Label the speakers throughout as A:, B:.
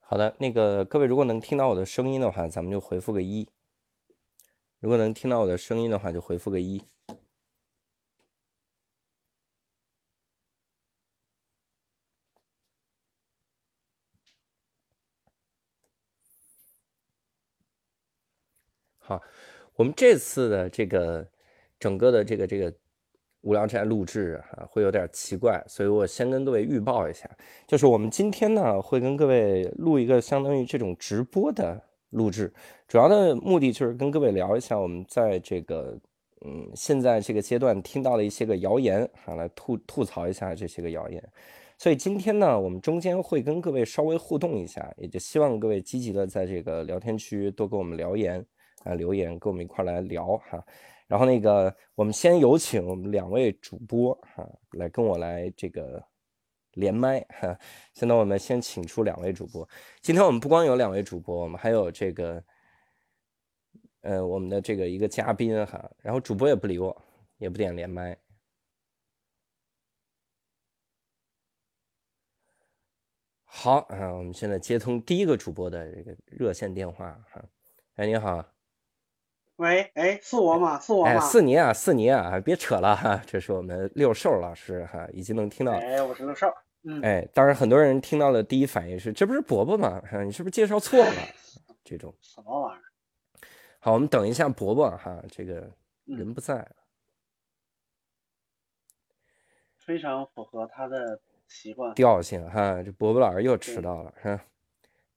A: 好的，那个各位如果能听到我的声音的话，咱们就回复个一；如果能听到我的声音的话，就回复个一。好，我们这次的这个整个的这个这个无聊斋录制啊，会有点奇怪，所以我先跟各位预报一下，就是我们今天呢会跟各位录一个相当于这种直播的录制，主要的目的就是跟各位聊一下我们在这个嗯现在这个阶段听到的一些个谣言啊，来吐吐槽一下这些个谣言。所以今天呢，我们中间会跟各位稍微互动一下，也就希望各位积极的在这个聊天区多给我们留言。啊，留言跟我们一块儿来聊哈。然后那个，我们先有请我们两位主播哈，来跟我来这个连麦哈。现在我们先请出两位主播。今天我们不光有两位主播，我们还有这个，呃，我们的这个一个嘉宾哈。然后主播也不理我，也不点连麦。好啊，我们现在接通第一个主播的这个热线电话哈。哎，你好。
B: 喂，哎，是我吗？是我
A: 哎，
B: 吗？
A: 四尼啊，四尼啊，别扯了哈，这是我们六兽老师哈，已经能听到了。
B: 哎，我是六少。嗯，
A: 哎，当然很多人听到了第一反应是，这不是伯伯吗？哈，你是不是介绍错了？这种。
B: 什么玩意儿？
A: 好，我们等一下伯伯哈，这个人
B: 嗯，
A: 不在。
B: 非常符合他的习惯。
A: 调性哈，这伯伯老师又迟
B: 啊对，
A: 到了哈，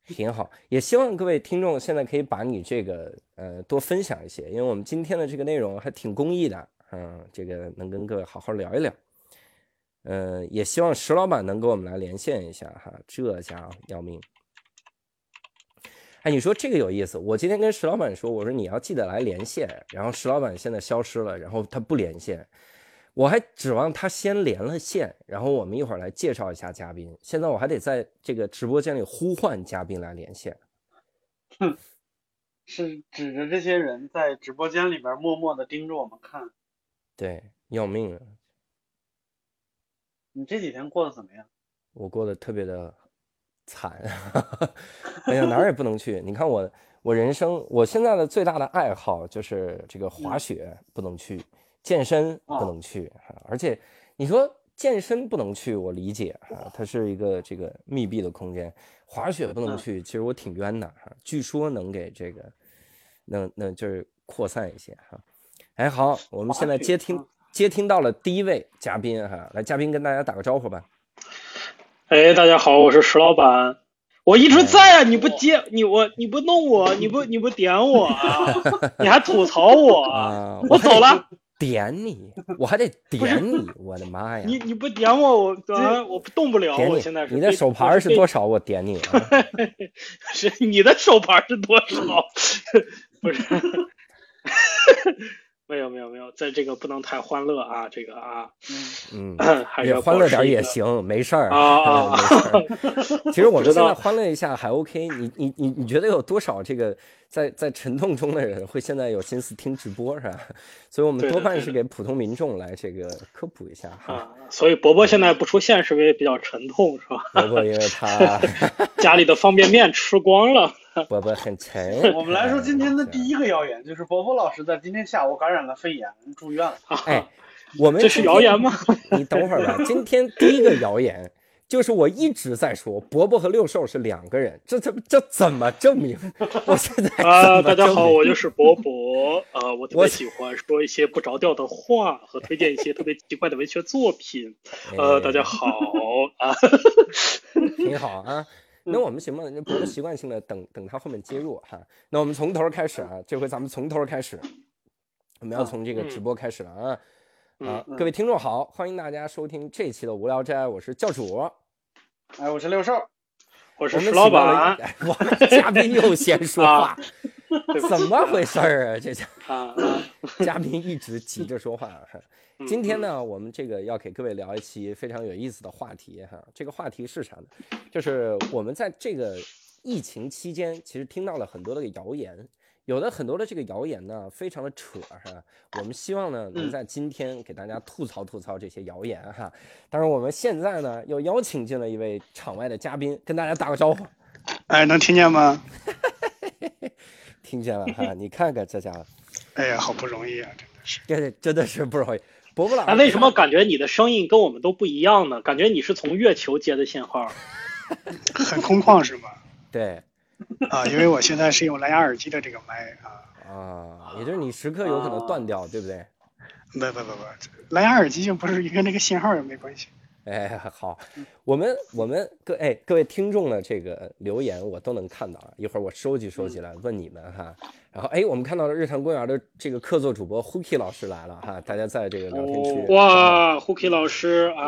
A: 挺好。也希望各位听众现在可以把你这个呃多分享一些，因为我们今天的这个内容还挺公益的，嗯，这个能跟各位好好聊一聊。呃，也希望石老板能跟我们来连线一下哈，这家伙要命。哎，你说这个有意思。我今天跟石老板说，我说你要记得来连线，然后石老板现在消失了，然后他不连线，我还指望他先连了线，然后我们一会儿来介绍一下嘉宾。现在我还得在这个直播间里呼唤嘉宾来连线。
B: 哼，是指着这些人在直播间里边默默的盯着我们看。
A: 对，要命啊！
B: 你这几天过得怎么样？
A: 我过得特别的惨，哎呀，哪儿也不能去。你看我，我人生我现在的最大的爱好就是这个滑
B: 嗯，
A: 雪不能去，健身不
B: 啊，
A: 能去哈。而且你说健身不能去，我理解哈，它是一个这个密闭的空间。滑雪不能
B: 嗯，
A: 去，其实我挺冤的哈。据说能给这个，能能就是扩散一些哈。哎，好，我们现
B: 滑
A: 在接
B: 雪
A: 听
B: 啊。
A: 接听到了第一位嘉宾哈，来，嘉宾跟大家打个招呼吧。
C: 哎，大家好，我是石老板，我一直
A: 哎。
C: 在啊，你不接你我你不弄我，你不你不点我啊， 你还吐槽我 啊，
A: 啊、我
C: 我
A: 还
C: 走
A: 得
C: 了，
A: 点 你，我还得
C: 不是
A: 点你，我的妈呀！
C: 你你不点我我
B: 这
C: 啊我动不了，
A: 点
C: 我
A: 你，
C: 现在是
A: 你的
C: 被
A: 手牌
C: 我
A: 儿
C: 是
A: 是多
C: 被
A: 少？我点你啊！
C: 是你的手牌是多少？ 不是， 没有没有没有，在这个不能太欢乐啊，这个啊，
B: 嗯，
A: 嗯，
C: 哎还是
A: 也
C: 要
A: 欢
C: 保
A: 乐点儿
C: 持一
A: 也
C: 个
A: 行，没事儿，
C: 啊啊，
A: 没事儿。 其实我
C: 不
A: 们
C: 知
A: 现在
C: 道。
A: 欢乐一下还 OK 你。你你你觉得有多少这个在在沉痛中的人会现在有心思听直播是吧？ 所以我们
C: 对
A: 多
C: 的，
A: 半
C: 对
A: 是
C: 的。
A: 给普通民众来这个科普一下哈。
C: 啊，所以伯伯现
A: 嗯，
C: 在不出现是不是也比较沉痛，是吧？
A: 伯伯因为 他
C: 家里的方便面吃光了。
A: 伯伯很沉
B: 哎我们来 说
A: 啊，
B: 今天
A: 这
B: 的
A: 样。
B: 第一个谣言，就是伯伯老师在今天下午感染了肺炎，住院了。
A: 哎，
C: 啊，
A: 我们
C: 这是
A: 今
C: 谣
A: 天，
C: 言吗？
A: 你等会儿吧。今天第一个谣言就是我一直在说，伯伯和六兽是两个人，这怎么这怎么证 明？我现在怎
C: 啊、
A: 么
C: 大家
A: 证
C: 好，
A: 明？
C: 我就是博博。呃，我特
A: 我
C: 别喜欢说一些不着调的话和推荐一些特别奇怪的文学作品。呃，大家
A: 哎，
C: 好 啊，
A: 挺好 啊。那
B: 嗯
A: 我们行吗？那伯伯习惯性的等等他后面接入哈。那我们从头儿开始
B: 嗯
A: 啊，这回咱们从头儿开始，我们要
B: 嗯
A: 从这个直
C: 嗯
A: 播开始了啊。
C: 嗯，
A: 啊，各位
B: 嗯，
A: 听众好，欢迎大家收听这一期的无聊斋，我是教主。
B: 哎，我是六少。
C: 我
A: 我
C: 是
A: 们
C: 石老
A: 请到了，
C: 板
A: 哎， 我们嘉宾又先说
C: 啊，
A: 话，
C: 对不
A: 怎
C: 起
A: 么回
C: 啊
A: 事儿啊？这 家
C: 啊啊，
A: 嘉宾一直急着说话哈。
C: 嗯
A: 今天
C: 嗯
A: 呢，我们这个要给各位聊一期非常有意思的话题哈。这个话题是啥呢？就是我们在这个疫情期间，其实听到了很多的谣言，有的很多的这个谣言呢，非常的扯哈。我们希望呢，能
B: 嗯
A: 在今天给大家吐槽吐槽这些谣言哈。当然，我们现在呢，又邀请进了一位场外的嘉宾，跟大家打个招呼。
C: 哎，能听见吗？
A: 听见 了哈，你看看这家伙，
C: 哎呀，好不容易啊！
A: 这真的是不 容易。伯伯老
D: 啊那
A: 师，
D: 为什么感觉你的声音跟我们都不一样呢？感觉你是从月球接的信号。
C: 很空旷是吗？
A: 对
C: 啊，因为我现在是用蓝牙耳机的这个麦啊，
A: 啊，也就是你时刻有可能断
D: 啊
A: 掉，对不对？
C: 不不不不，蓝牙耳机就不是跟这个信号也没关系。
A: 哎，好，我们我们各哎各位听众的这个留言我都能看到啊，一会儿我收集收集
D: 嗯
A: 来问你们哈。然后哎，我们看到了日坛公园的这个客座主播 Huki 老师来了哈，大家在这个 聊天
D: 哦
A: 区，
D: 哇，Huki 老师啊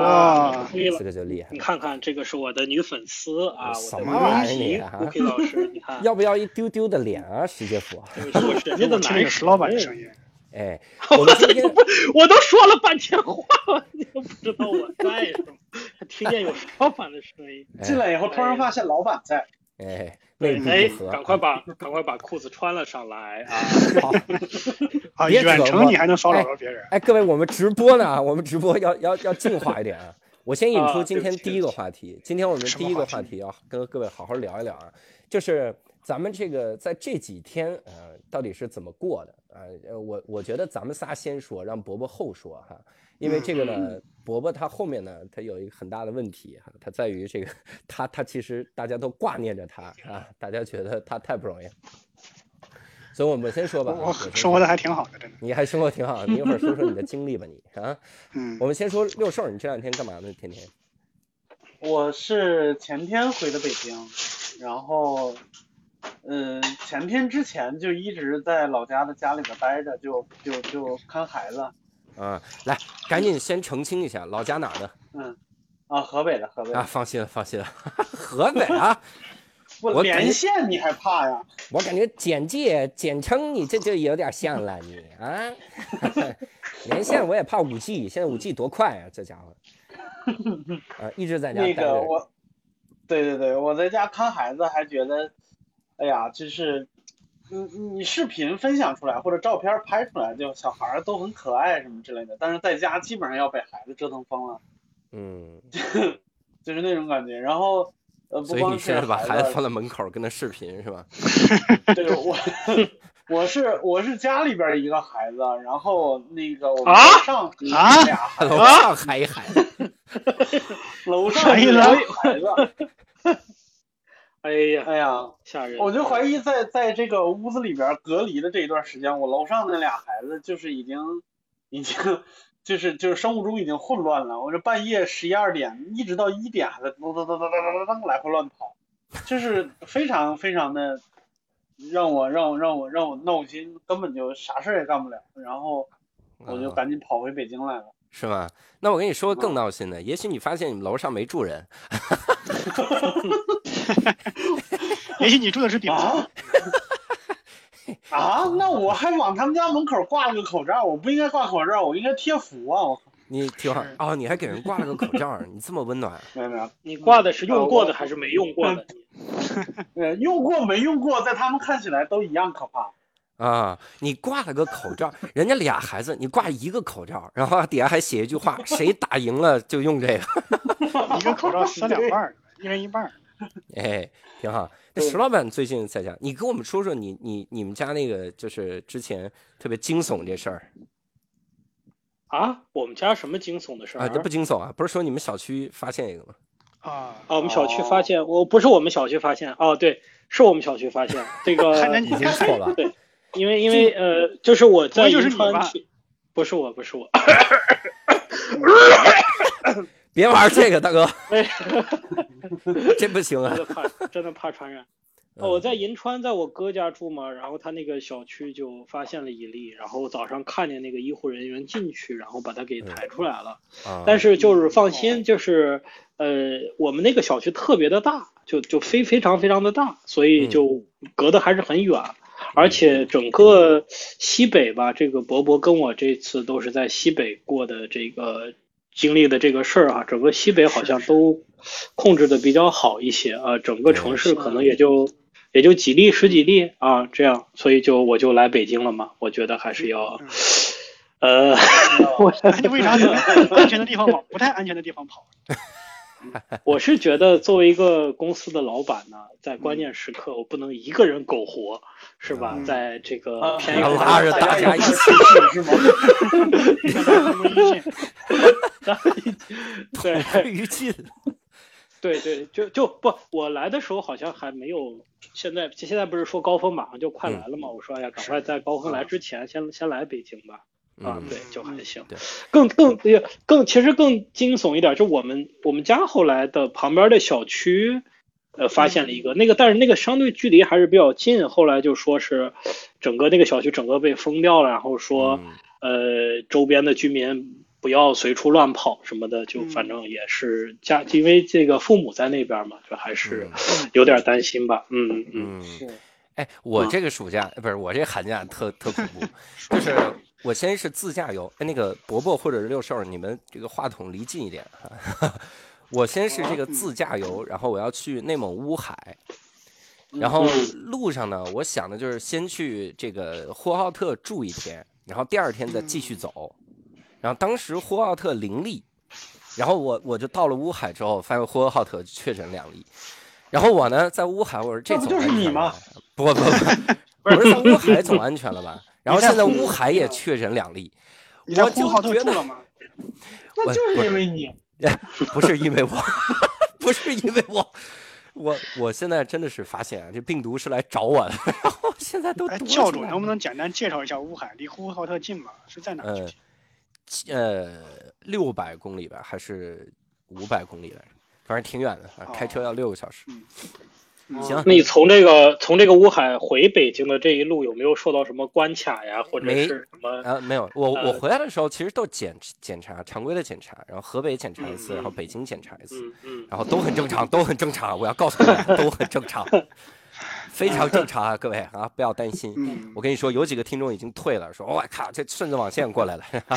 C: 哇
D: ，Huki 老
A: 这个就哎厉害
D: 你。看看，这个是我的女粉丝啊，
A: 什
D: 我的
A: 么
D: 女
A: 玩
D: 粉
A: 意
D: 皮
A: 儿啊
D: Cookie 老师，你看，
A: 要不要一丢丢的脸啊，石杰夫？
D: 你 是我人家的
C: 我听
D: 男
C: 着石老板的
D: 人
C: 声音，
A: 哎，我们今天
D: 我都说了半天话了， 你都不知道我在什么，还听见有石老板的声音。
B: 进来以后突然发现老板在，
A: 哎内
D: 对，
A: 力
D: 哎
A: 不，
D: 赶
A: 和，
D: 快把赶快把裤子穿了上来啊！
A: 好。
C: 啊，
A: 别
C: 远
A: 扯
C: 程
A: 我
C: 你还能骚扰到别人，
A: 哎，各位，我们直播呢，啊我们直播要要要进化一点啊！我先引出
D: 啊
A: 今天
D: 对不起
A: 第一个话题，今天我们
C: 什
A: 第
C: 么
A: 一个
C: 话
A: 话
C: 题
A: 题要跟各位好好聊一聊啊，就是咱们这个在这几天呃到底是怎么过的啊？呃，我我觉得咱们仨先说，让伯伯后说哈，因为这个
D: 嗯
A: 呢，伯伯他后面呢，他有一个很大的问题哈，他在于这个他他其实大家都挂念着他啊，大家觉得他太不容易了，所以我们先说吧
C: 我
A: 啊，
C: 我
A: 先
C: 生活
A: 说
C: 的还挺好的，真的。
A: 你还生活挺好的，你一会儿说说你的经历吧，你啊。
C: 嗯
A: 我，们先说六兽，你这两天干嘛呢？天天
B: 我是前天回的北京，然后，嗯，前天之前就一直在老家的家里边待着，就就就看孩子，
A: 啊，来，赶紧先澄清一下，老家哪儿的
B: 嗯，啊，河北的河北
A: 啊？
B: 的，
A: 放心了，放心了， 河北啊，我
B: 我
A: 感觉
B: 连线你还怕呀？
A: 我感觉简介简称你这就有点像了，你啊， 连线我也怕五 G，现在五 G 多快啊，这家 伙，啊，一直在家
B: 那
A: 待着。
B: 个我，对对对，我在家看孩子还觉得，哎呀，就是，你你视频分享出来或者照片拍出来，就小孩儿都很可爱什么之类的，但是在家基本上要被孩子折腾疯了，
A: 嗯，
B: 就是那种感觉。然后，呃，不
A: 所以
B: 光
A: 你
B: 是
A: 现在把
B: 孩
A: 孩子放在门口跟他视频是 吧？
B: 对我， 我是我是家里边儿一个孩子，然后那个我们
D: 啊
B: 楼上
C: 啊
B: 俩孩
A: 楼上嗨一嗨，
B: 楼上
C: 哎呀
B: 两个孩子，
D: 哎呀，
B: 哎呀，
D: 吓人！
B: 我就怀疑在在这个屋子里边隔离的这一段时间，我楼上那俩孩子就是已经已经就是就是生物钟已经混乱了。我这半夜十一二点一直到一点还在噔噔噔噔噔噔噔噔来回乱跑，就是非常非常的让我让我让我让我闹心，根本就啥事儿也干不了。然后我就
A: 啊
B: 赶紧跑回北京来了。
A: 是吗？那我跟你说个更闹心的，也许你发现你们楼上没住人，
C: 也许你住 的是顶层，
B: 啊啊！那我还往他们家门口挂了个口罩，我不应该挂口罩，我应该贴符啊！我
A: 你挺好
C: 是
A: 哦，你还给人挂了个口罩儿，你这么温暖。
B: 没有没有，
D: 你挂的是用过的还是没用过
C: 嗯
D: 的？
B: 呃，用过没用过，在他们看起来都一样可怕。
A: 啊，你挂了个口罩，人家俩孩子，你挂一个口罩，然后底下还写一句话：谁打赢了就用这个。
C: 一个口罩撕两半儿，一人一半儿。
A: 哎，挺好。那石老板最近在家，你跟我们说说你你你们家那个就是之前特别惊悚这事儿
D: 啊，我们家什么惊悚的事儿
A: 啊？这不惊悚啊，不是说你们小区发现一个吗？
C: 啊，
D: 啊，我们小区发现，我不是我们小区发现，哦，对，是我们小区发现这
C: 看着
D: 个，
C: 你
A: 已经错 了
D: 因为因为呃，就是我在
C: 不会就是
D: 银
C: 你吧
D: 川去，不是我，不是 我，
A: 别玩这个，大 哥，
D: 哎，
A: 这不行啊嗯
D: 真。的怕，真的怕传染。哦，我在银川，在我哥家住嘛，然后他那个小区就发现了一例，然后早上看见那个医护人员进去，然后把他给抬出来了。
A: 啊
D: 但是就是放心，就是呃，我们那个小区特别的大，就就非非常非常的大，所以就隔得还是很远。而且整个西北吧，这个博博跟我这次都是在西北过的这个经历的这个事儿啊，整个西北好像都控制的比较好一些啊，整个城市可能也就也就几例十几例啊这样，所以就我就来北京了嘛，我觉得还是要，呃，
C: 那你为啥从安全的地方往不太安全的地方跑？
D: 我是觉得作为一个公司的老板呢，在关键时刻我不能一个人苟活，是吧？
B: 嗯
D: 在这个
B: 啊
D: 偏远
A: 要
D: 的
A: 拉着大家一起
B: 起，是吗？
D: 对
A: 同归于尽。
D: 对对，就就不，我来的时候好像还没有，现在现在不是说高峰马上就
B: 嗯
D: 快来了吗？我说哎呀，赶快在高峰来之前先先来北京吧。啊，
A: 嗯
D: 对，就还行
A: 对。
D: 更更更，其实更惊悚一点，就我们我们家后来的旁边的小区，呃，发现了一个那个，但是那个相对距离还是比较近。后来就说是整个那个小区整个被封掉了，然后说、
A: 嗯
D: 呃周边的居民不要随处乱跑什么的，就
B: 嗯
D: 反正也是家，因为这个父母在那边嘛，就还是有点担心吧。嗯
A: 嗯，
D: 嗯
B: 是，
A: 哎，我
B: 嗯
A: 这个暑假不是我这寒假特特恐怖，就是我先是自驾游。哎，那个伯伯或者是六兽，你们这个话筒离近一点啊。 我先是这个自驾游，然后我要去内蒙乌海，然后路上呢，我想的就是先去这个呼和浩特住一天，然后第二天再继续走。然后当时呼和浩特零例，然后我我就到了乌海之后，发现呼和浩特确诊两例。然后我呢，在乌海，我说这
B: 那不
A: 总
B: 就是
A: 安
B: 你
A: 全了
B: 吗
A: 吧？不不 不，我说在乌海总安全了吧？然后
B: 你在
A: 现在
B: 呼
A: 乌海也确诊两例，
B: 你在
A: 我
B: 呼
A: 就
B: 和浩特
A: 觉
B: 住
A: 得
B: 了吗？
A: 我
B: 那就是
A: 我
B: 因为你，
A: 不是因为我， 不是因为我，我我现在真的是发现啊，这病毒是来找我的，然后现在都
C: 哎，
A: 躲
C: 教
A: 起
C: 主
A: 来
C: 能不
A: 了
C: 能简单介绍一下乌海？离呼和浩特近吗？是在哪儿？嗯
A: 呃呃六百公里吧，还是五百公里来着？反正挺远的啊，开车
B: 哦
A: 要六个小时。
C: 嗯
A: 行，
D: 你从这个从这个乌海回北京的这一路有没有受到什么关卡呀，或者
A: 没
D: 是什么？
A: 啊，没有，我我
D: 呃
A: 回来的时候其实都检检查常规的检查，然后河北检查一次，
D: 嗯
A: 然后北京检查一次，
D: 嗯嗯，
A: 然后都很正常，都很正常。我要告诉大家，都很正常，非常正常啊，各位啊，不要担心。
C: 嗯，
A: 我跟你说，有几个听众已经退了，说我靠，这顺着网线过来了。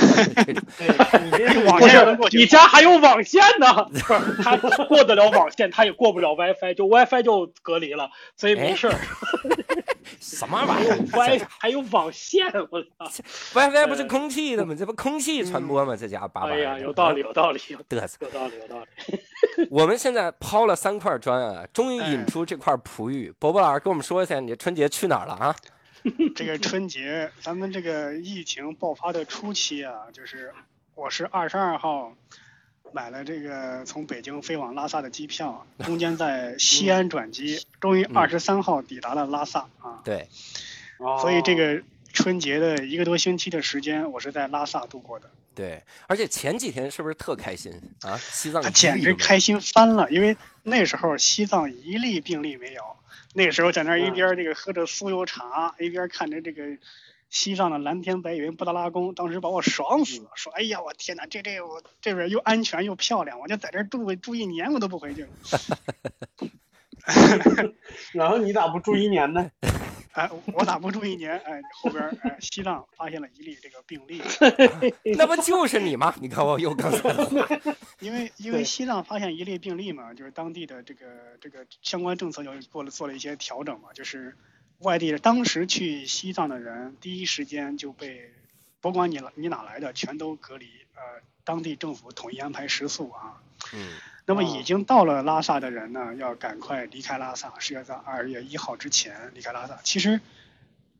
A: 这种
B: 对，你这是
C: 网
B: 不是
C: 线能过
D: 你
C: 去，
D: 家还有网线 呢，不是他过得了网线，他也过不了 WiFi，就 WiFi 就隔离了，所以
A: 哎
D: 没事儿。
A: 什么玩
D: 还
A: 意
D: 有
A: 儿
D: WiFi 还有网线，我操！
A: ？WiFi 不是空气的吗？这不空气传播吗？在家叭叭。
D: 呃嗯哎呀，有道理，。有道理，有
A: 嘚瑟！
D: 有道理，有道理。
A: 我们现在抛了三块砖啊，终于引
D: 嗯
A: 出这块璞玉。伯伯老师跟我们说一下，你这春节去哪儿了啊？
C: 这个春节，咱们这个疫情爆发的初期啊，就是我是二十二号买了这个从北京飞往拉萨的机票，中间在西安转机，终于二十三号抵达了拉萨啊。
A: 对，
D: 哦
C: 所以这个春节的一个多星期的时间，我是在拉萨度过的，
A: 对，而且前几天是不是特开心啊？西藏
C: 他
A: 一
C: 简
A: 例
C: 直
A: 都没有
C: 开心翻了，因为那时候西藏一例病例没有，那时候在那儿一边这个喝着酥油茶，一边看着这个。西藏的蓝天白云，布达拉宫，当时把我爽死了，说：“哎呀，我天哪，这这我这边又安全又漂亮，我就在这儿住住一年，我都不回去。
B: 然后你咋不住一年呢？”
C: 哎，我咋不住一年？哎，后边哎，西藏发现了一例这个病例，
A: 那不就是你吗？你看我又刚才的话，
C: 因为因为西藏发现一例病例嘛，就是当地的这个这个相关政策又做了做了一些调整嘛，就是外地的当时去西藏的人，第一时间就被不管你哪你哪来的，全都隔离，呃，当地政府统一安排食宿啊。
A: 嗯
C: 那么
B: 哦
C: 已经到了拉萨的人呢，要赶快离开拉萨，是要在二月一号之前离开拉萨。其实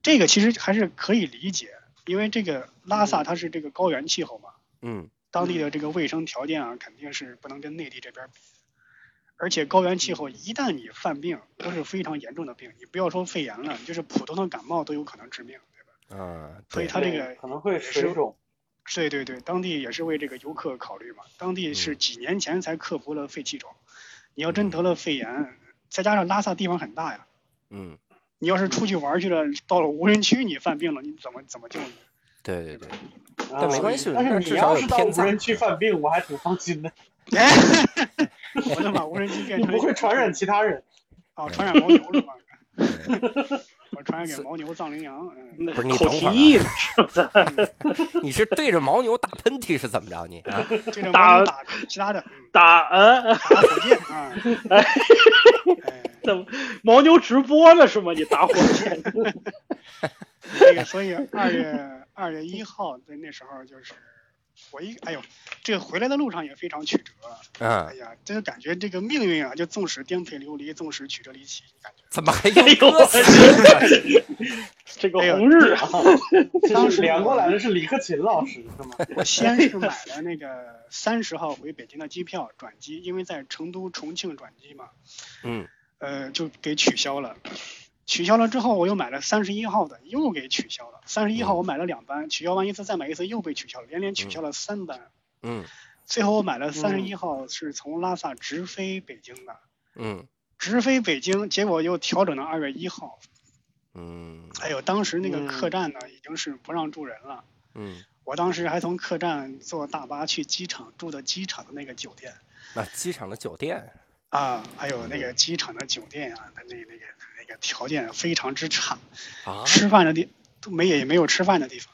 C: 这个其实还是可以理解，因为这个拉萨它是这个高原气候嘛。
A: 嗯
C: 当地的这个卫生条件啊，肯定是不能跟内地这边比。而且高原气
B: 嗯
C: 候，一旦你犯病，都是非常严重的病。你不要说肺炎了，你就是普通的感冒都有可能致命，对吧？
A: 啊，
C: 所以
A: 对
C: 他这个
B: 对可能会水肿，
C: 对对对，当地也是为这个游客考虑嘛。当地是
B: 嗯
C: 几年前才克服了肺气肿，你要真得了肺炎，再加上拉萨地方很大呀，
A: 嗯，
C: 你要是出去玩去了，到了无人区你犯病了，你怎么怎么救你？
A: 对对对，
B: 啊
A: 但没关系
B: 但
A: 但
B: 是
A: 至
B: 你
A: 少
B: 要
A: 有
B: 是到
A: 天
B: 无
A: 葬
B: 人区犯病，我还挺放 心的，
C: 哎我就把无人机变
B: 你
C: 成
B: 不会传染其他 人。
C: 哦，传染牦牛 是吧？ 我传染给牦牛、藏羚羊，嗯，
A: 不是你
D: 口
A: 等
D: 蹄
A: 会儿啊
D: 疫呢，
A: 你是对着牦牛打喷嚏是怎么着你啊？
C: 这种
D: 打
C: 牦牛打其他的，嗯
D: 打呃
C: 打火箭啊，哎，
D: 怎么牦牛直播呢是吗？你打火 箭，
C: 这个所以二月二月一号的那时候就是我一哎呦，这个回来的路上也非常曲折。
A: 啊
C: 哎，呀，这个感觉这个命运啊，就纵使颠沛流离，纵使曲折离奇，感觉
A: 怎么 还
C: 哎
A: 有
D: 哎呦
A: 歌词啊？
D: 这个红日啊，
B: 这是连过来的是李克勤老师 是吗？
C: 我先是买了那个三十号回北京的机票转机，因为在成都、重庆转机嘛，
A: 嗯，
C: 呃，就给取消了。取消了之后，我又买了三十一号的，又给取消了。三十一号我买了两班，取消完一次再买一次，又被取消了，连连取消了三班。
A: 嗯
C: 最后我买了三十一号，是从拉萨直飞北京的，
A: 嗯
C: 直飞北京，结果又调整到二月一号。
A: 嗯
C: 哎呦，当时那个
D: 嗯
C: 客栈呢，已经是不让住人了。
A: 嗯，
C: 我当时还从客栈坐大巴去机场，住的机场的那个酒店。
A: 那机场的酒店，
C: 啊，还有那个机场的酒店啊，那那那个那个条件非常之差，
A: 啊
C: 吃饭的地都没也没有吃饭的地方，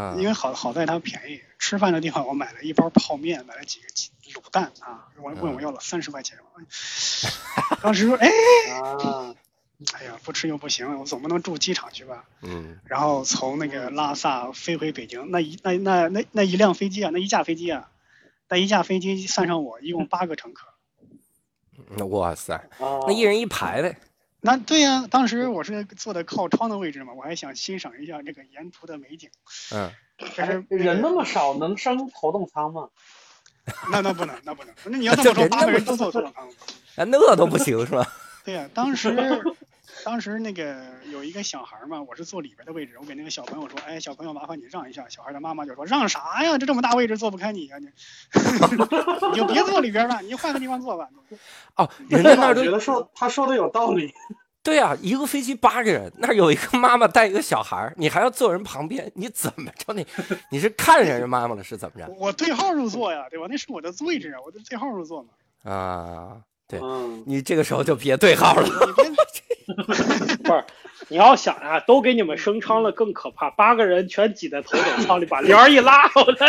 A: 啊，
C: 因为好好在它便宜。吃饭的地方我买了一包泡面，买了几个鸡卤蛋啊，我问我要了三十块钱，我 当时说哎
B: 啊，
C: 哎呀不吃又不行，我总不能住机场去吧？
A: 嗯
C: 然后从那个拉萨飞回北京，那一那那那那一辆飞机啊，那一架飞机啊，那一架飞机算上我一共八个乘客。
A: 那嗯哇塞，
B: 那
A: 那一人一排呗。
C: 那对呀、当时我是坐的靠窗的位置嘛，我还想欣赏一下这个沿途的美景。
A: 嗯，
C: 但是
B: 哎人那么少，能升头等舱吗？
C: 那那不能，那不能。那你要这
A: 这
C: 么说，
A: 人
C: 八个
A: 那么
C: 人都坐头嗯等舱。
A: 啊，那都不行是吧？
C: 对呀、当时当时那个有一个小孩嘛，我是坐里边的位置，我给那个小朋友说：“哎，小朋友，麻烦你让一下。”小孩的妈妈就说：“让啥呀？这这么大位置坐不开你呀、你 你就别坐里边了，你就换个地方坐吧。
A: 哦，人家那
B: 我
A: 儿
B: 觉
A: 都
B: 得说他说的有道理。
A: 对啊，一个飞机八个人，那儿有一个妈妈带一个小孩儿，你还要坐人旁边，你怎么着你？你是看上人妈妈了是怎么
C: 我
A: 着
C: 我对号入座呀，对吧？那是我的位置啊，我的对号入座嘛。
A: 啊？对
B: 嗯，
A: 你这个时候就别对号了。
C: 你别
D: 不是，你要想啊，都给你们升舱了更可怕，八个人全挤在头等舱里，把帘儿一拉，我来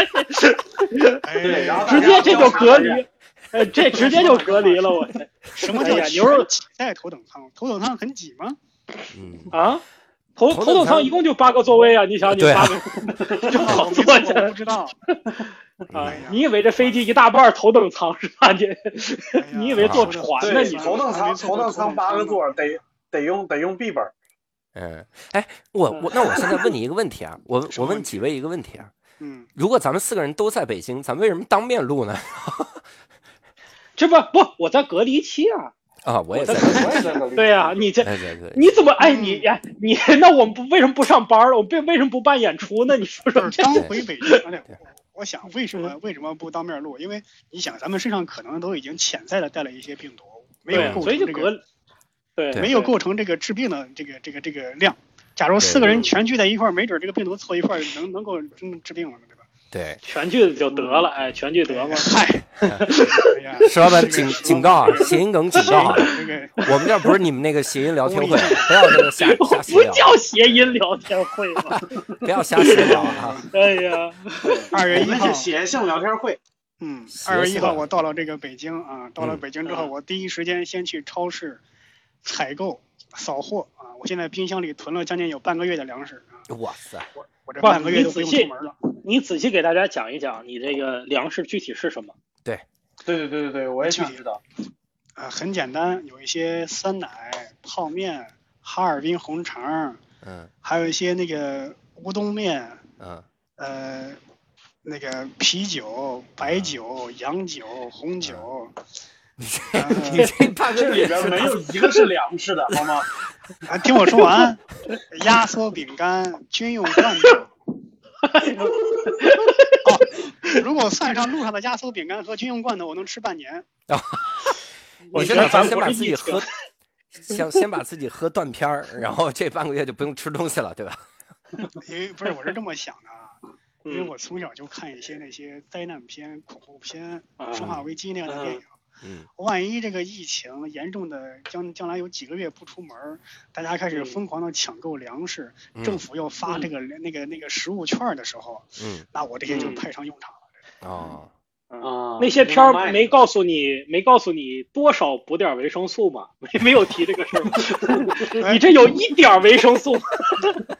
C: 哎，
B: 对然后
D: 直接这就隔离，呃，这直接就隔离了，我这
C: 什么叫
D: 哎呀
C: 全
D: 牛肉
C: 挤在头等舱？头等舱很挤吗？
A: 嗯，
D: 啊。头
A: 头等舱
D: 头等舱一共就八个座位啊！你想，你
A: 对啊
D: 八个就 好坐
C: 我
D: 下
C: 我
D: 来
C: 不知道。
D: 啊
C: 哎
A: 嗯
C: 呀！
D: 你以为这飞机一大半儿头等舱是吧？你
C: 哎呀
D: 你以为坐船
B: 对，
D: 呢？你
B: 头等舱头等舱八个座儿得得用得用 B 本儿。
A: 嗯，哎，我我那我现在问你一个问题啊，我
C: 什
A: 我
C: 么
A: 问
C: 问
A: 几位一个问题啊，
C: 嗯，
A: 如果咱们四个人都在北京，咱们为什么当面录呢？
D: 这不不，我在隔离期啊。
A: 啊，我也在
D: 我，
B: 我也在这里。
D: 对呀、你这
A: 哎对对，
D: 你怎么哎
C: 嗯
D: 你哎你那我们不为什么不上班儿？我们为为什么不办演出呢？你说
C: 就
D: 说
C: 是
D: 这
C: 嗯刚回北京，哎我我想为什么
A: 嗯
C: 为什么不当面录？因为你想，咱们身上可能都已经潜在的带了一些病毒，没有
A: 对啊
C: 构
D: 所以
C: 成
D: 就
C: 这
D: 隔
C: 个
D: 离对
A: 对
C: 没有构成这个致病的这个这个这个量。假如四个人全聚在一块儿，没准这个病毒凑一块儿能能够真治病了，对吧？
A: 对，
D: 全聚就得了，哎，全聚得嘛。
C: 嗨，哎呀，
A: 石老板
C: 这个
A: 警
C: 说
A: 警告啊，谐音梗警告啊，
C: 这个
A: 我们这儿不是你们那个谐音聊天会，不要这个瞎
D: 我
A: 瞎
D: 不
A: 闲聊，
D: 叫谐音聊天会吗？
A: 不要瞎闲聊啊！
D: 哎呀，
C: 二月
B: 我
C: 一
B: 们
C: 号
B: 是，谐性聊天会，
C: 嗯，
A: 习
C: 二月一
A: 惯
C: 号我到了这个北京啊，到了
A: 嗯
C: 北京之后，
B: 嗯
C: 我第一时间先去超市采购扫货啊。我现在冰箱里囤了将近有半个月的粮食啊，
A: 哇塞，
C: 我这
D: 哇
C: 半个月
D: 你
C: 都不
D: 仔
C: 用
D: 细
C: 出门了。
D: 你仔细给大家讲一讲，你这个粮食具体是什么？
B: 对对对对对，我也想知道。
C: 啊，很简单，有一些酸奶、泡面、哈尔滨红肠，
A: 嗯
C: 还有一些那个乌冬面，
A: 嗯
C: 呃，那个啤酒、白酒、洋酒、红酒。呃
A: 你这半
B: 这
A: 个
B: 里
A: 月
B: 边
A: 是
B: 没有 一个是粮食的，好吗？
C: 啊，听我说完， 压缩饼干、军用罐头。哦，如果算上路上的压缩饼干和军用罐头，我能吃半年。
A: 我
D: 你
A: 觉
D: 这
A: 得咱
D: 咱
A: 先
D: 不
A: 把
D: 是
A: 自
D: 一
A: 己
D: 群
A: 喝，先先把自己喝断片儿，然后这半个月就不用吃东西了，对吧？
C: 因为不是，我是这么想的啊，因为
D: 嗯
C: 我从小就看一些那些灾难片、恐怖片、
D: 啊
C: 生化危机那样的电影。
A: 嗯
C: 万一这个疫情严重的将将来有几个月不出门儿，大家开始
D: 嗯
C: 疯狂的抢购粮食，
A: 嗯
C: 政府要发这个、那个那个食物券儿的时候，
A: 嗯
C: 那我这些就
D: 嗯
C: 派上用场了。
A: 哦，
B: 啊，
D: 那些片儿没
B: 没
D: 告诉你，没告诉你多少补点维生素吗？没没有提这个事儿吗？
C: 哎
D: 你这有一点儿维生素吗？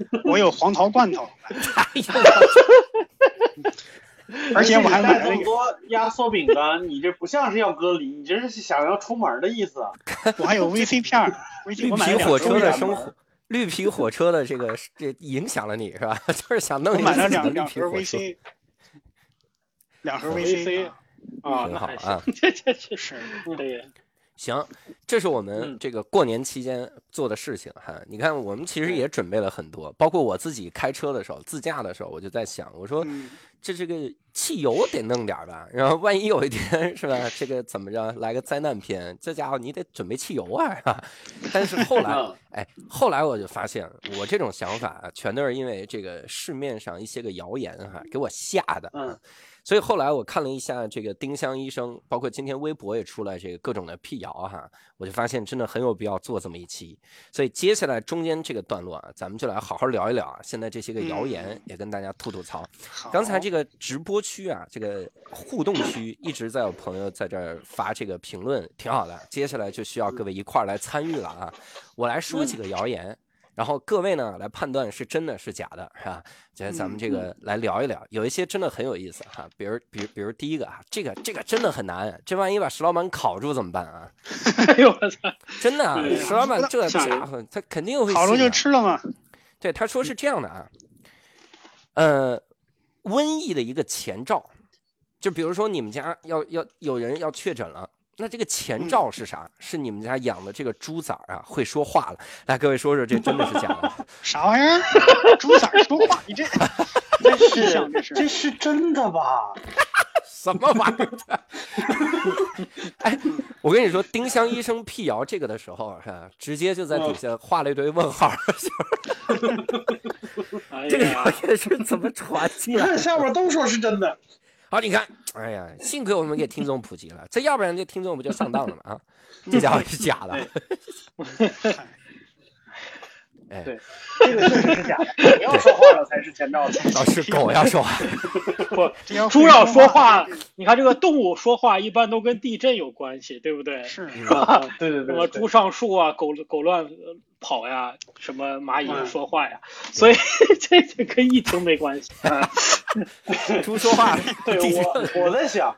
C: 我有黄桃罐头，
A: 哎呦我
C: 而且我还买
B: 带
C: 了
B: 这
C: 那
B: 么
C: 个，
B: 多压缩饼干，你这不像是要隔离，你这是想要出门的意思。啊
C: 我还有 VC 片儿，我已经
A: 绿
C: 我买了
A: 皮
C: 两
A: 火
C: 周
A: 车的
C: 了。
A: 生活，绿皮火车的这个这影响了你是吧？ 就是想弄
C: 我
A: 一
C: 买
A: 个
C: 了
A: 自己的
C: 两
A: 绿
C: 两
A: 皮
C: 盒
A: 火车，
C: VC，两盒
B: VC
C: 啊
D: 啊，
A: 很
D: 那
A: 好
D: 还哎
A: 啊。
D: 行，这这这
C: 是
D: 对，
A: 行，这是我们这个过年期间做的事情哈。你看，我们其实也准备了很多，包括我自己开车的时候、自驾的时候，我就在想，我说
C: 嗯
A: 这这个汽油得弄点儿吧，然后万一有一天是吧，这个怎么着来个灾难片，这家伙你得准备汽油啊。是吧但是后来，哎，后来我就发现，我这种想法啊全都是因为这个市面上一些个谣言哈、给我吓的。啊
B: 嗯，
A: 所以后来我看了一下这个丁香医生，包括今天微博也出来这个各种的辟谣哈，我就发现真的很有必要做这么一期。所以接下来中间这个段落啊，咱们就来好好聊一聊啊，现在这些个谣言也跟大家吐吐槽。
D: 哦
C: 好
A: 刚才这个直播区啊，这个互动区一直在有朋友在这儿发这个评论，挺好的。接下来就需要各位一块儿来参与了啊！我来说
D: 嗯
A: 几个谣言，然后各位呢来判断是真的是假的，是吧？觉得
D: 嗯
A: 咱们这个来聊一聊，有一些真的很有意思哈、比如，比如，比如第一个啊，这个这个真的很难，这万一把石老板烤住怎么办啊？
D: 哎呦我操，
A: 真的、啊，
D: 对
A: 石老板这
D: 吓人
A: 家伙他肯定会信
C: 烤
A: 啊
C: 肉就
A: 的
C: 吃了嘛，
A: 对，他
D: 嗯
A: 说是这样的啊，呃，瘟疫的一个前兆，就比如说你们家要要有人要确诊了，那这个前
D: 嗯
A: 兆是啥？是你们家养的这个猪崽儿啊会说话了。来，各位说说这真的是假的？
C: 啥玩意儿？猪崽儿说话， 你这
B: 这
C: 像这
B: 是
C: 是
B: 这是真的吧？
A: 什么玩意儿？ 哎，我跟你说，丁香医生辟谣这个的时候啊是吧，直接就在
D: 哦
A: 底下画了一堆问号，
D: 哎
A: 这个
D: 呀
A: 谣，言是怎么传进
B: 你
A: 来的
B: 看？下边都说是真 的，
A: 好，你看，哎呀，幸亏我们给听众普及了，这要不然这听众不就上当了吗？ 啊，这家伙是假的。哎，
B: 对这个确实是假的。不要说话了才是前兆的。
A: 老师，狗要说话，
D: 不，
C: 这要
D: 猪
C: 会
D: 要哦说
C: 话
D: 话，你看这个动物说话一般都跟地震有关系，对不对？
C: 是
B: 啊对对
D: 什
B: 对
D: 么
B: 对，
D: 猪上树啊，狗狗乱呃跑呀，什么蚂
B: 嗯
D: 蚁说话呀，所以 这这跟疫情没关系。
A: 猪说话了，地
B: 对
A: 震
B: 我我在想，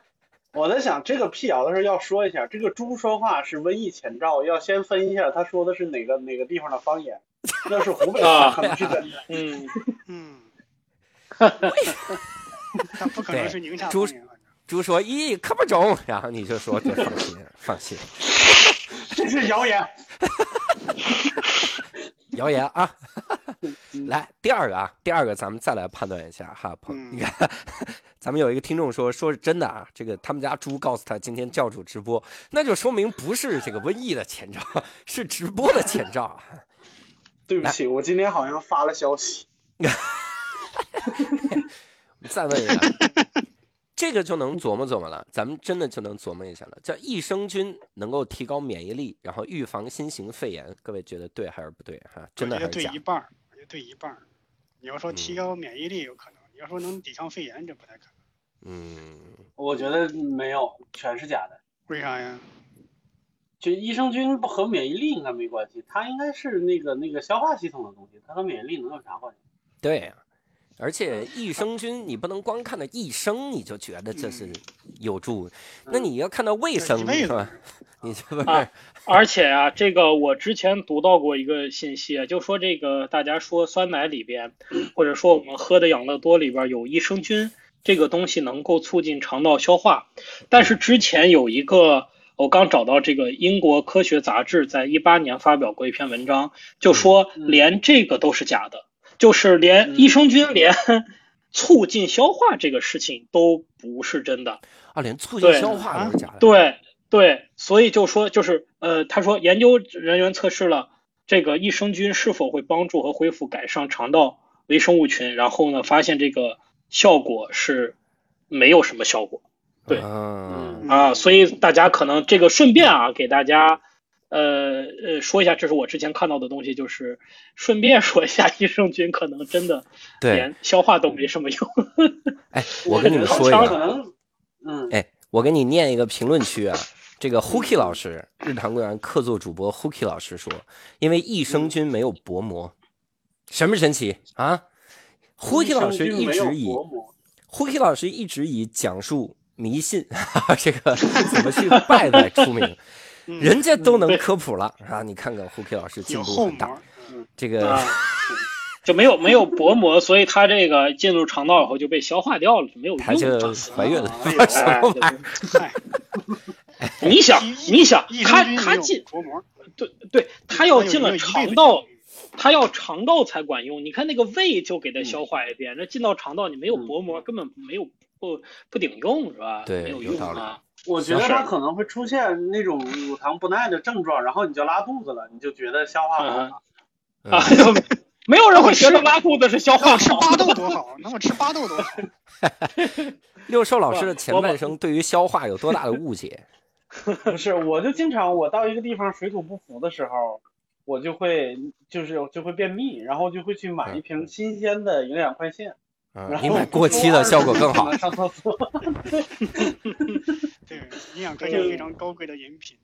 B: 我在想这个辟谣的时候要说一下，这个猪说话是瘟疫前兆，要先分一下他说的是哪个哪个地方的方言。要是湖北话，
D: 啊
B: 可能是真的。
D: 嗯，
C: 嗯， 但不可能是宁夏
A: 猪
C: 方言啊。
A: 猪说咦，可不中，然后你就说对，放心，放心。
B: 这是谣言。
A: 谣言啊，
B: 嗯
A: 来第二个啊，第二个咱们再来判断一下哈，朋友，
C: 嗯
A: 你看，咱们有一个听众说说是真的啊，这个他们家猪告诉他今天教主直播，那就说明不是这个瘟疫的前兆，是直播的前兆啊。
B: 对不起，我今天好像发了消息。
A: 再问一下， 这个就能琢磨琢磨了，咱们真的就能琢磨一下了。叫益生菌能够提高免疫力，然后预防新型肺炎，各位觉得对还是不对？哈，真的嗯
C: 我
A: 还
C: 觉
A: 是
C: 得对
A: 假
C: 一？半儿，我觉得对一半儿。你要说提高免疫力有可能，你要说能抵抗肺炎，这不太可能。
A: 嗯，
B: 我觉得没有，全是假的。
C: 为啥呀？
B: 就益生菌不和免疫力应该没关系，它应该是那个那个消化系统的东西，它和免疫力能有啥关系？
A: 对啊。而且益生菌，你不能光看到益生，你就觉得这是有助。那你要看到卫生
C: 一辈
A: 是
C: 子
A: 吧？你这不是、
D: 啊而且啊，这个我之前读到过一个信息啊，就说这个大家说酸奶里边，或者说我们喝的养乐多里边有益生菌，这个东西能够促进肠道消化。但是之前有一个，我刚找到这个英国科学杂志在一八年发表过一篇文章，就说
B: 嗯
D: 连这个都是假的，就是连益生菌连 促进消化这个事情都不是真的。
A: 啊，连促进
D: 对啊
A: 消化都是假的。
D: 对对，所以就说就是呃，他说研究人员测试了这个益生菌是否会帮助和恢复改善肠道微生物群，然后呢发现这个效果是没有什么效果对
A: 嗯，
D: 啊，所以大家可能这个顺便啊给大家。呃呃，说一下，这是我之前看到的东西，就是顺便说一下，益生菌可能真的
A: 对。
D: 连消化都没什么用。
A: 哎，我跟你们
B: 觉得
A: 说一个
D: 好
A: 啊
D: 像
B: 可，能，嗯，
A: 哎，我给你念一个评论区啊，这个 Hooky 老师，日坛公园客座主播 Hooky 老师说，因为益生菌没有薄膜，神不神奇啊？Hooky 老师一
B: 益生菌没有
A: 直以
B: 薄膜
A: h Huki 老师一直以讲述迷信这个怎么去拜拜出名，
C: 嗯
A: 人家都能
D: 对
A: 科普了啊！你看看 Huki 老师进
C: 有
A: 步
C: 后
A: 很大，
C: 膜，
A: 这个
D: 啊， 就没有没有薄膜，所以它这个进入肠道以后就被消化掉了，就没有
A: 她
D: 用
A: 就
D: 了。
A: 怀孕了
C: 哎，
A: 什么玩意儿？
C: 嗨，
D: 你想，你想
C: 益，
D: 它它
C: 生菌没有
D: 进
C: 薄膜，
D: 对对，它要进了肠道，它要肠道才管用。你看那个胃就给它消化一遍，那进到肠道你没有薄膜，根本没有不不顶用是吧？
A: 嗯对
D: 没有
A: 有
D: 用
A: 道
D: 啊。
B: 我觉得
D: 是
B: 它可能会出现那种乳糖不耐的症状，然后你就拉肚子了，你就觉得消化好了。
A: 嗯
D: 啊，没有人会觉得拉肚子是消
C: 那
D: 化
C: 我吃
D: 好
C: 巴豆多好，那我吃巴豆多好。
A: 六兽老师的
D: 我
A: 前
D: 我
A: 半生对于消化有多大的误解？嗯
B: 不是，我就经常我到一个地方水土不服的时候，我就会就是就会便秘，然后就会去买一瓶新鲜的营养快线，
A: 嗯
B: 然，后
A: 你买过期的效果更好
B: 能。 上厕所。
C: 对，营养快线非
D: 嗯
C: 常高贵的 饮品，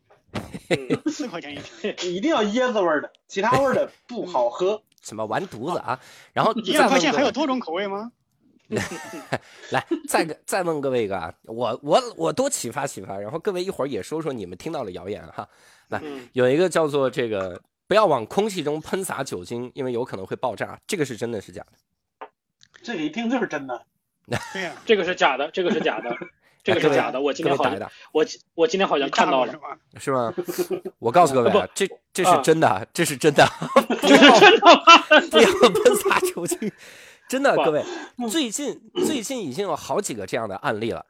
C: 四块钱一瓶。
B: 一定要椰子味儿的，其他味儿的不好喝。
A: 什么完犊子啊！然后
C: 营
A: 再
C: 养
A: 问
C: 快线
A: 各
C: 还有
A: 位
C: 多种口味吗？
A: 来，再个再问各位一个啊，我我我多启发启发，然后各位一会儿也说说你们听到的谣言哈。来，
D: 嗯
A: 有一个叫做这个不要往空气中喷洒酒精，因为有可能会爆炸，这个是真的是假的？
B: 这个一听就是真的。
C: 对呀，
D: 这个是假的，这个是假的，这个
A: 哎来各
D: 是
A: 位
D: 假的。我今
A: 各
D: 天
A: 位打
D: 好
A: 一
D: 像
A: 打，
D: 我今我今天好像
C: 你
D: 看
C: 炸
D: 到
C: 过
D: 了
C: 是，吧？
A: 是吗？我告诉 各位啊，这这是
D: 啊
A: 真的啊，这是真的 啊，不要 不要喷洒酒精，真的啊
D: 哇嗯
A: 各位，最近最近已经有好几个这样的案例了。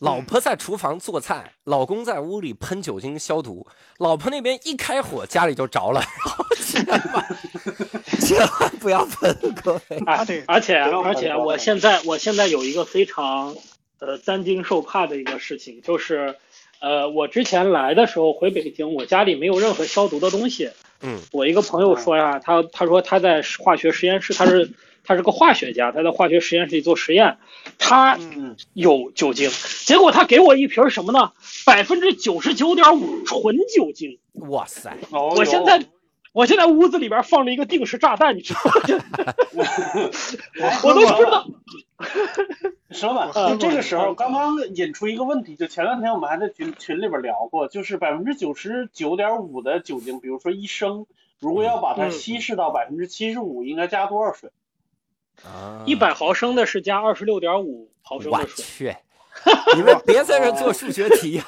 A: 老婆在厨房做菜，老公在屋里喷酒精消毒，老婆那边一开火，家里就着了， 然后千万 千万不要喷，各 位，
D: 哎
C: 啊对
D: 而且
B: 不要
D: 而且啊
B: 反驳
D: 我
B: 了
D: 现在我现在有一个非常呃担惊受怕的一个事情，就是呃我之前来的时候回北京，我家里没有任何消毒的东西。
A: 嗯，
D: 我一个朋友说呀，他他说他在化学实验室，他是他是个化学家，他在化学实验室里做实验，他
B: 嗯，
D: 有酒精，结果他给我一瓶什么呢？百分之九十九点五纯酒精。
A: 哇塞，
B: 哦
D: 我现在。我现在屋子里边放着一个定时炸弹，你知道吗？
B: 哎
D: 我都不知 道，
B: 石老
C: 我
B: 板，这个时候
D: 我
B: 刚刚引出一个问题，就前两天我们还在群群里边聊过，就是百分之九十九点五的酒精，比如说一升，如果要把它
D: 嗯
B: 稀释到百分之七十五，应该加多少水？
A: 啊，
D: 一百毫升的是加二十六点五毫升
A: 我
D: 的水，
A: 去， 你们别在这儿做数学题，啊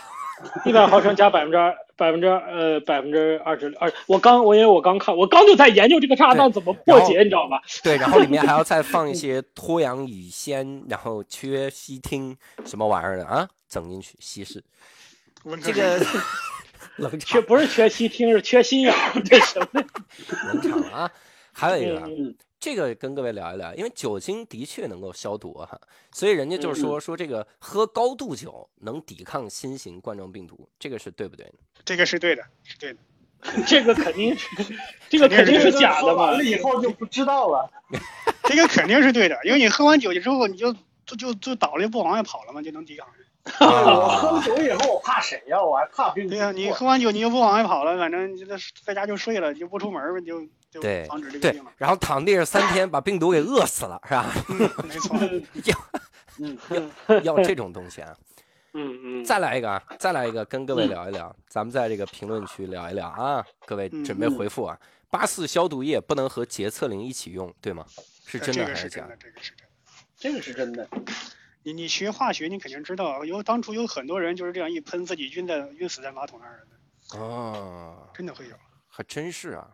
D: 一百毫升加百分之二百分之呃百分之二十二。我刚我因为我刚看，我刚就在研究这个炸弹怎么破解，你知道吧？
A: 对，然后里面还要再
D: 嗯
A: 放一些脱氧乙酰，然后缺烯烃什么玩意儿的啊，整进去稀释。
C: 文科
A: 这
C: 生
A: 个冷
D: 缺
A: 场
D: 不是缺烯烃，是缺心 眼儿，这什么？
A: 冷场了啊！还有一个啊，
D: 嗯
A: 这个跟各位聊一聊，因为酒精的确能够消毒哈、所以人家
D: 嗯
A: 就是说说这个喝高度酒能抵抗新型冠状病毒，这个是对不对呢？
C: 这个是对的，是对的。
D: 嗯这个肯定是，这个肯定是假的嘛
B: 完。了以后就不知道 了。
C: 这个肯定是对的，因为你喝完酒之后，你就就就就倒了，就不往外跑了嘛，就能抵抗。
B: 我喝了酒以后，我怕谁呀？我还怕病毒啊
C: 对呀、啊你喝完酒你就不往外跑了，反正你就在在家就睡了，你就不出门儿，你就就
A: 对
C: 防止这个
A: 对
C: 病了。，
A: 然后躺地上三天，把病毒给饿死了，是 吧？
C: 嗯 没错，
B: 嗯
A: 要这种东西啊！
D: 嗯嗯，
A: 再来一个啊，再来一
C: 嗯
A: 个，跟各位聊一聊，咱们在这个评论区聊一聊啊，各位
C: 嗯
A: 准备回复啊。八四消毒液不能和洁厕灵一起用，对吗？是真
C: 呃这
A: 的还
C: 个是
A: 是
C: 真
A: 假
C: 的，？这个是真的。
B: 这个是真的。
C: 你你学化学，你肯定知道，啊有当初有很多人就是这样一喷，自己晕在晕死在马桶那儿的，
A: 哦，
C: 真的会有。
A: 还真是啊。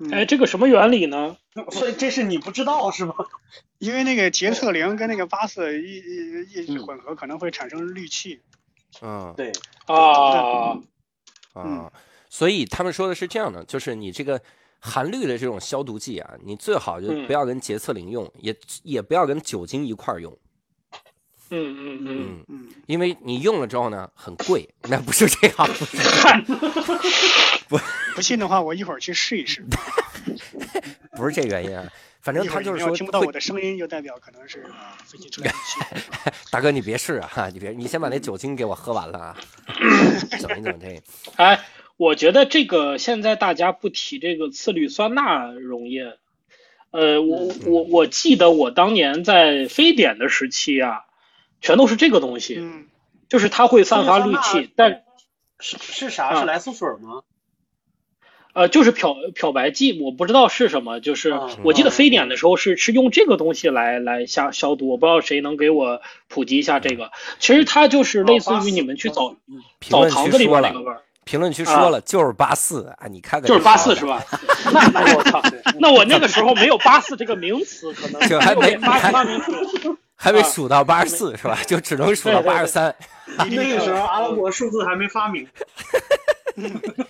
C: 嗯、
D: 哎，，这个什么原理呢？
B: 所以这是你不知道是吗？
C: 因为那个洁厕灵跟那个八四一一一一
B: 嗯
C: 混合，可能会产生氯气。
A: 嗯
B: 对，
D: 啊，
C: 嗯
A: 啊，所以他们说的是这样的，就是你这个含氯的这种消毒剂啊，你最好就
D: 嗯
A: 不要跟洁厕灵用，也也不要跟酒精一块儿用，
D: 嗯嗯嗯，
A: 嗯，
C: 嗯，
A: 因为你用了之后呢，很贵。那不是这样，不是
C: 不信的话，我一会儿去试一试。
A: 不是这原因啊。反正
C: 一会
A: 他
C: 儿你
A: 就
C: 们
A: 是
C: 要
A: 说
C: 听不到
A: 会
C: 我的声音，就代表可能是啊，最近出来氯 气。
A: 大哥，你别试啊，哈，你别，你先
D: 嗯
A: 把那酒精给我喝完了 啊，整一整这。
D: 哎，我觉得这个现在大家不提这个次氯酸钠溶
A: 嗯
D: 液，呃，我我我记得我当年在非典的时期啊，全都是这个东西，
C: 嗯，
D: 就是它会散发氯
B: 那
D: 气，但
B: 是是啥？
D: 啊
B: 是来苏水吗？
D: 呃，就是漂漂白剂，我不知道是什么，就是
B: 啊
D: 我记得
B: 啊
D: 非典的时候
A: 嗯
D: 是是用这个东西来来下消毒，我不知道谁能给我普及一下这个。其实它就是类似于你们去澡
A: 嗯评
D: 澡
A: 论
D: 堂
A: 区
D: 子里
A: 说
D: 边那
A: 了，
D: 个味儿，
A: 评论区说了，就是八四啊，你看看
D: 就是
A: 这
D: 八
A: 号
D: 四
A: 的
D: 是？吧？ 那那我操，那我那个时候没有八四这个名词，可 能
A: 就 还没
D: 有八
A: 还
D: 四那名 词。
A: 还没
D: 啊
A: 数到八十四是吧？就只能数到
D: 对对
A: 八十
D: 对
A: 三。
B: 那个时 候阿拉伯数字还没发明，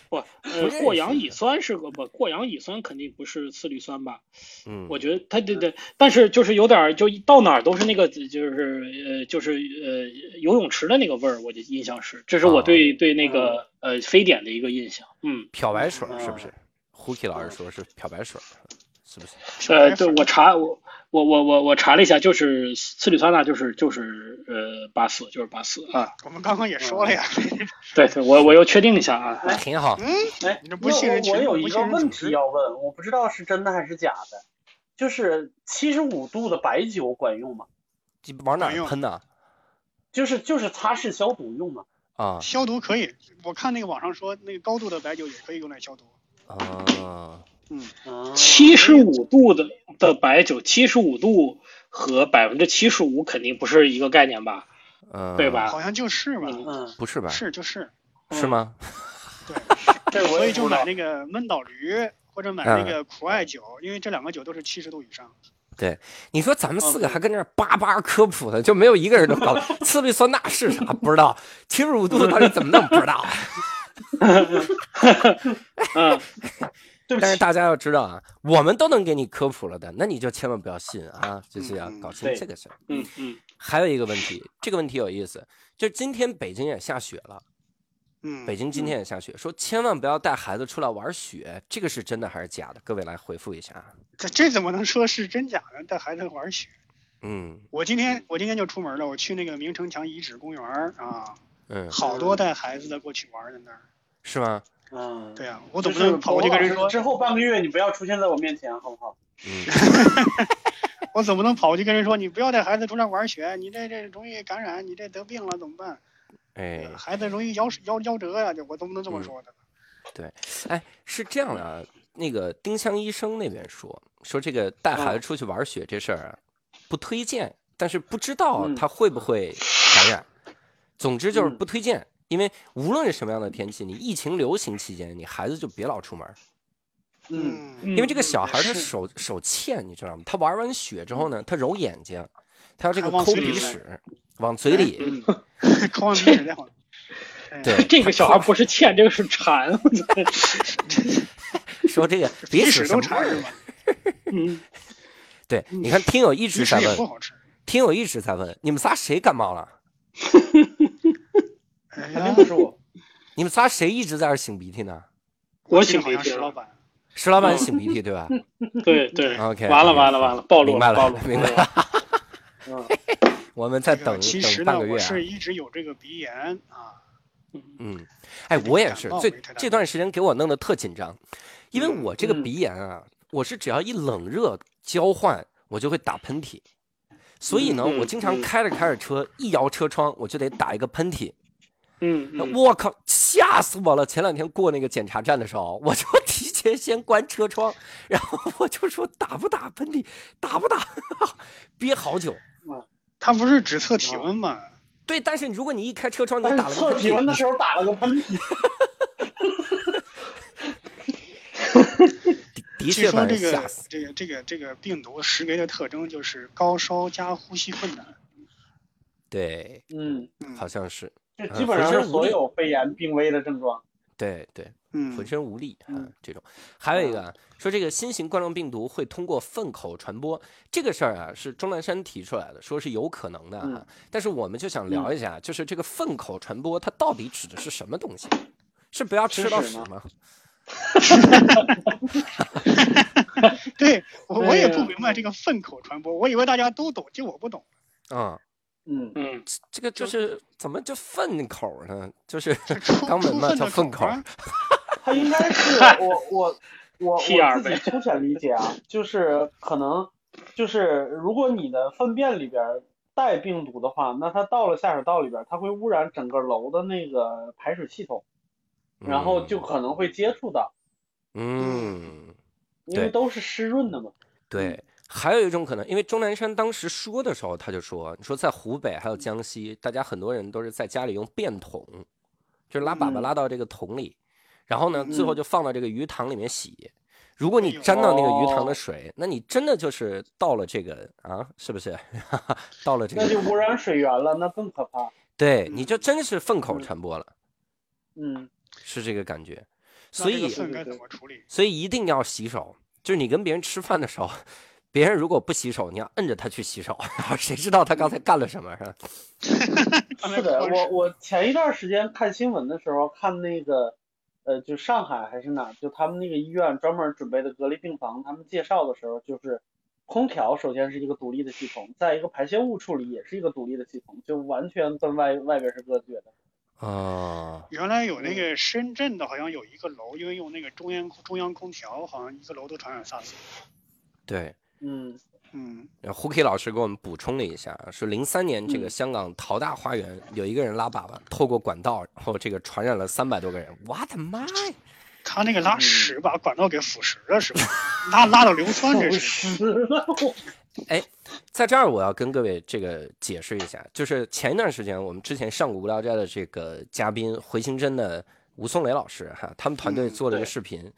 D: 不，呃，过氧乙酸是个不，过氧乙酸肯定不是次氯酸吧？
A: 嗯，
D: 我觉得它对对，但是就是有点儿，就到哪儿都是那个，就是呃，就是呃，游泳池的那个味儿，我就印象是，这是我对、
A: 哦
D: 对那个呃非典的一个印象。嗯，
A: 漂白水儿是不是？Huki 老师说是漂白水儿，是不是？
D: 呃，对我查我我我我我查了一下，就是次氯酸钠就是就是呃八四就是八四啊，
C: 我们刚刚也说了呀，
D: 对对，我我又确定一下啊，
A: 挺好。
B: 哎，
C: 你这不
B: 那
C: 信任群
B: 我我有
C: 不
B: 一
C: 信
B: 个
C: 任
B: 问
C: 组
B: 题
C: 织
B: 要问，我不知道是真的还是假的，就是七十五度的白酒管用吗？
A: 这往哪
C: 管
A: 儿
C: 用
A: 喷呢？
B: 就是就是擦拭消毒用吗？
A: 啊
C: 消毒可以。我看那个网上说，那个高度的白酒也可以用来消毒。
A: 啊，
B: 啊，
D: 七十五度的的白酒，七十五度和百分之七十五肯定不是一个概念吧？
A: 嗯，
D: 对吧
C: 好像就是吧，
B: 啊嗯，
A: 不是吧？
C: 是就是，
A: 是
D: 嗯
A: 吗？
B: 这我
C: 所
B: 也
C: 以
B: 不
C: 就
B: 知道
C: 买那个闷倒驴或者买那个苦艾酒，
B: 嗯
C: 因为这两个酒都是七十度以上。
A: 你说咱们四个还跟这儿叭叭科普呢，就没有一个人能搞次氯酸钠是啥？不知道，七十五度到底怎么弄不知道？
D: 嗯，
B: 对不
A: 但是
B: 起，
A: 大家要知道啊，我们都能给你科普了的，那你就千万不要信啊，就是要
C: 嗯
A: 搞清
B: 对
A: 这个事儿。
D: 嗯嗯，
A: 还有一个问题，这个问题有意思，就今天北京也下雪了，
C: 嗯，
A: 北京今天也下雪，说千万不要带孩子出来玩雪，这个是真的还是假的？各位来回复一下啊。
C: 这这怎么能说是真假呢？带孩子玩雪。
A: 嗯
C: 我今天我今天就出门了，我去那个明城墙遗址公园儿啊，
A: 嗯，
C: 好多带孩子的过去玩儿在那儿。
A: 是吗？
B: 嗯，
C: 对啊，我
B: 就
C: 总不
B: 是
C: 能跑过去跟人
B: 彭老
C: 说
B: 师，之后半个月你不要出现在我面前，好不好？
A: 嗯，
C: 我总不能跑过去跟人说，你不要带孩子出来玩雪，你这这容易感染，你这得病了怎么办？
A: 哎，
C: 孩子容易夭夭夭折呀、这我总不能这么
A: 嗯
C: 说的。
A: 哎，是这样的啊，那个丁香医生那边说说这个带
C: 嗯
A: 孩子出去玩雪这事儿啊，不推荐，但是不知道
B: 嗯
A: 他会不会感染。总之就是
B: 嗯
A: 不推荐，因为无论是什么样的天气，你疫情流行期间，你孩子就别老出门儿，
B: 嗯，
A: 因为这个小孩儿他
C: 是
A: 手手欠，你知道吗？他玩完雪之后呢，他揉眼睛，他要这
C: 还
A: 个
C: 往
A: 抠
C: 嘴里
A: 鼻
C: 塞
A: 屎，往嘴里，
D: 嗯
C: 抠完鼻屎 再好。
A: 对，
D: 这个小孩不是欠，这个是馋。我觉得
A: 说这个
C: 鼻
A: 鼻屎什
C: 都
A: 么
C: 馋
A: 味儿
C: 是吧？
D: 嗯，
A: 对，你看听友一
C: 鼻
A: 直
C: 屎
A: 在
C: 也
A: 问
C: 不，好吃。
A: 听友一直在问，你们仨谁感冒了？
C: 哎
B: 肯 定
C: 呀
B: 不，是我，
A: 你们仨谁一直在这儿擤鼻涕呢？
D: 我
C: 这
D: 请
C: 个好
D: 没
C: 像是
D: 听
C: 老板。
A: 石老板擤鼻涕对吧
D: 对对
A: ？OK，
D: 嗯完了
A: 明白
D: 完了完了，暴露
A: 明白
D: 暴
A: 了
D: 露，，
A: 明白了。
B: 嗯，
A: 我们 再
C: 这个
A: 等
C: 其实
A: 等半
C: 呢，
A: 个月
C: 我
A: 啊。
C: 是一直有这个鼻炎啊。
A: 嗯，哎，
C: 这
A: 我
C: 个
A: 也
C: 感
A: 是
C: 冒
A: 最
C: 没太大
A: 这
C: 用
A: 段时间给我弄得特紧张，因为
C: 嗯
A: 我这个
B: 嗯
A: 鼻炎啊，我是只要一冷热交换，我就会打喷嚏。所以呢，
D: 嗯
A: 我
D: 嗯
A: 经常
D: 嗯
A: 开着开着车，一摇车窗，我就得打一个喷嚏。
D: 嗯嗯，
A: 我靠，吓死我了！前两天过那个检查站的时候，我就提前先关车窗，然后我就说打不打喷嚏，打不打，憋好久。
C: 他不是只
A: 啊
C: 测体温吗？
A: 对，但是如果你一开车窗，你
B: 但
A: 打了
B: 是
A: 个
B: 测
A: 喷
B: 体
C: 嗯
B: 温
A: 嚏，
B: 的时候打了个喷嚏，
A: 的
C: 据
A: 确把
C: 说
A: 人
C: 这
A: 吓
C: 个
A: 死。
C: 这个这个这个病毒识别的特征就是高烧加呼吸困难。
A: 对，
B: 嗯，
C: 嗯
A: 好像是，
B: 这基本上是所有肺炎病危的症状。
A: 对对，
C: 嗯，
A: 浑身无力啊
B: 嗯
A: 这种。还有一个啊，说这个新型冠状病毒会通过粪口传播，这个事儿啊是钟南山提出来的，说是有可能的啊
B: 嗯。
A: 但是我们就想聊一下，就是这个粪口传播它到底指的是什么东西？是不要吃
B: 吃
A: 到
B: 屎
A: 屎
B: 吗
A: 吗？
C: 对我我也
B: 对
C: 不
B: 呀
C: 明白这个粪口传播，我以为大家都懂，就我 不懂。
A: 啊，
B: 嗯，
D: 嗯，
A: 这这个就是怎么就粪口呢？就是
C: 就出
A: 肛门
C: 出
A: 嘛
C: 粪
A: 叫
C: 的
A: 粪
C: 口啊，
B: 他应该是我我我
D: 屁眼
B: 我
D: 儿
B: 自
D: 呗
B: 己粗浅理解啊，就是可能就是如果你的粪便里边儿带病毒的话，那它到了下水道里边，它会污染整个楼的那个排水系统，然后就可能会接触到，
A: 嗯，
B: 因为都是湿润的嘛。
A: 对。
B: 嗯
A: 还有一种可能，因为钟南山当时说的时候，他就说：“你说在湖北还有江西，大家很多人都是在家里用便桶，就是拉粑
B: 嗯
A: 粑拉到这个桶里，然后呢，最后就放到这个鱼塘里面洗。如果你
B: 哎
A: 沾到那个鱼塘的水，那你真的就是到了这个啊，是不是？ 到了这个，
B: 那就嗯污染水源了，那更可怕。
A: 对，你就真是粪口传播了，
B: 嗯，
A: 是这个感觉。所以
C: 粪该怎么处理？
A: 所以一定要洗手，就是你跟别人吃饭的时候。” 别人如果不洗手，你要摁着他去洗手， 然后谁知道他刚才干了什么？
B: 是的，我我前一段时间看新闻的时候，看那个，呃，就上海还是哪，就他们那个医院专门准备的隔离病房，他们介绍的时候，就是空调首先是一个独立的系统，再一个排泄物处理也是一个独立的系统，就完全跟外外边是隔绝的。
A: 啊，
C: 原来有那个深圳的，好像有一个楼，因为用那个中央中央空调，好像一个楼都传染 SARS。
A: 对。
B: 嗯嗯，
A: 然后胡 K 老师给我们补充了一下，啊说零三年这个香港淘大花园有一个人拉粑粑，透过管道，然后这个传染了三百多个人。我的妈！
C: 他那个拉屎把管道给腐蚀了是吧？拉拉到硫酸这
B: 是。
A: 哎，在这儿我要跟各位这个解释一下，就是前一段时间我们之前上古无聊斋的这个嘉宾回形针的吴松磊老师哈，他们团队做了一个视频。
B: 嗯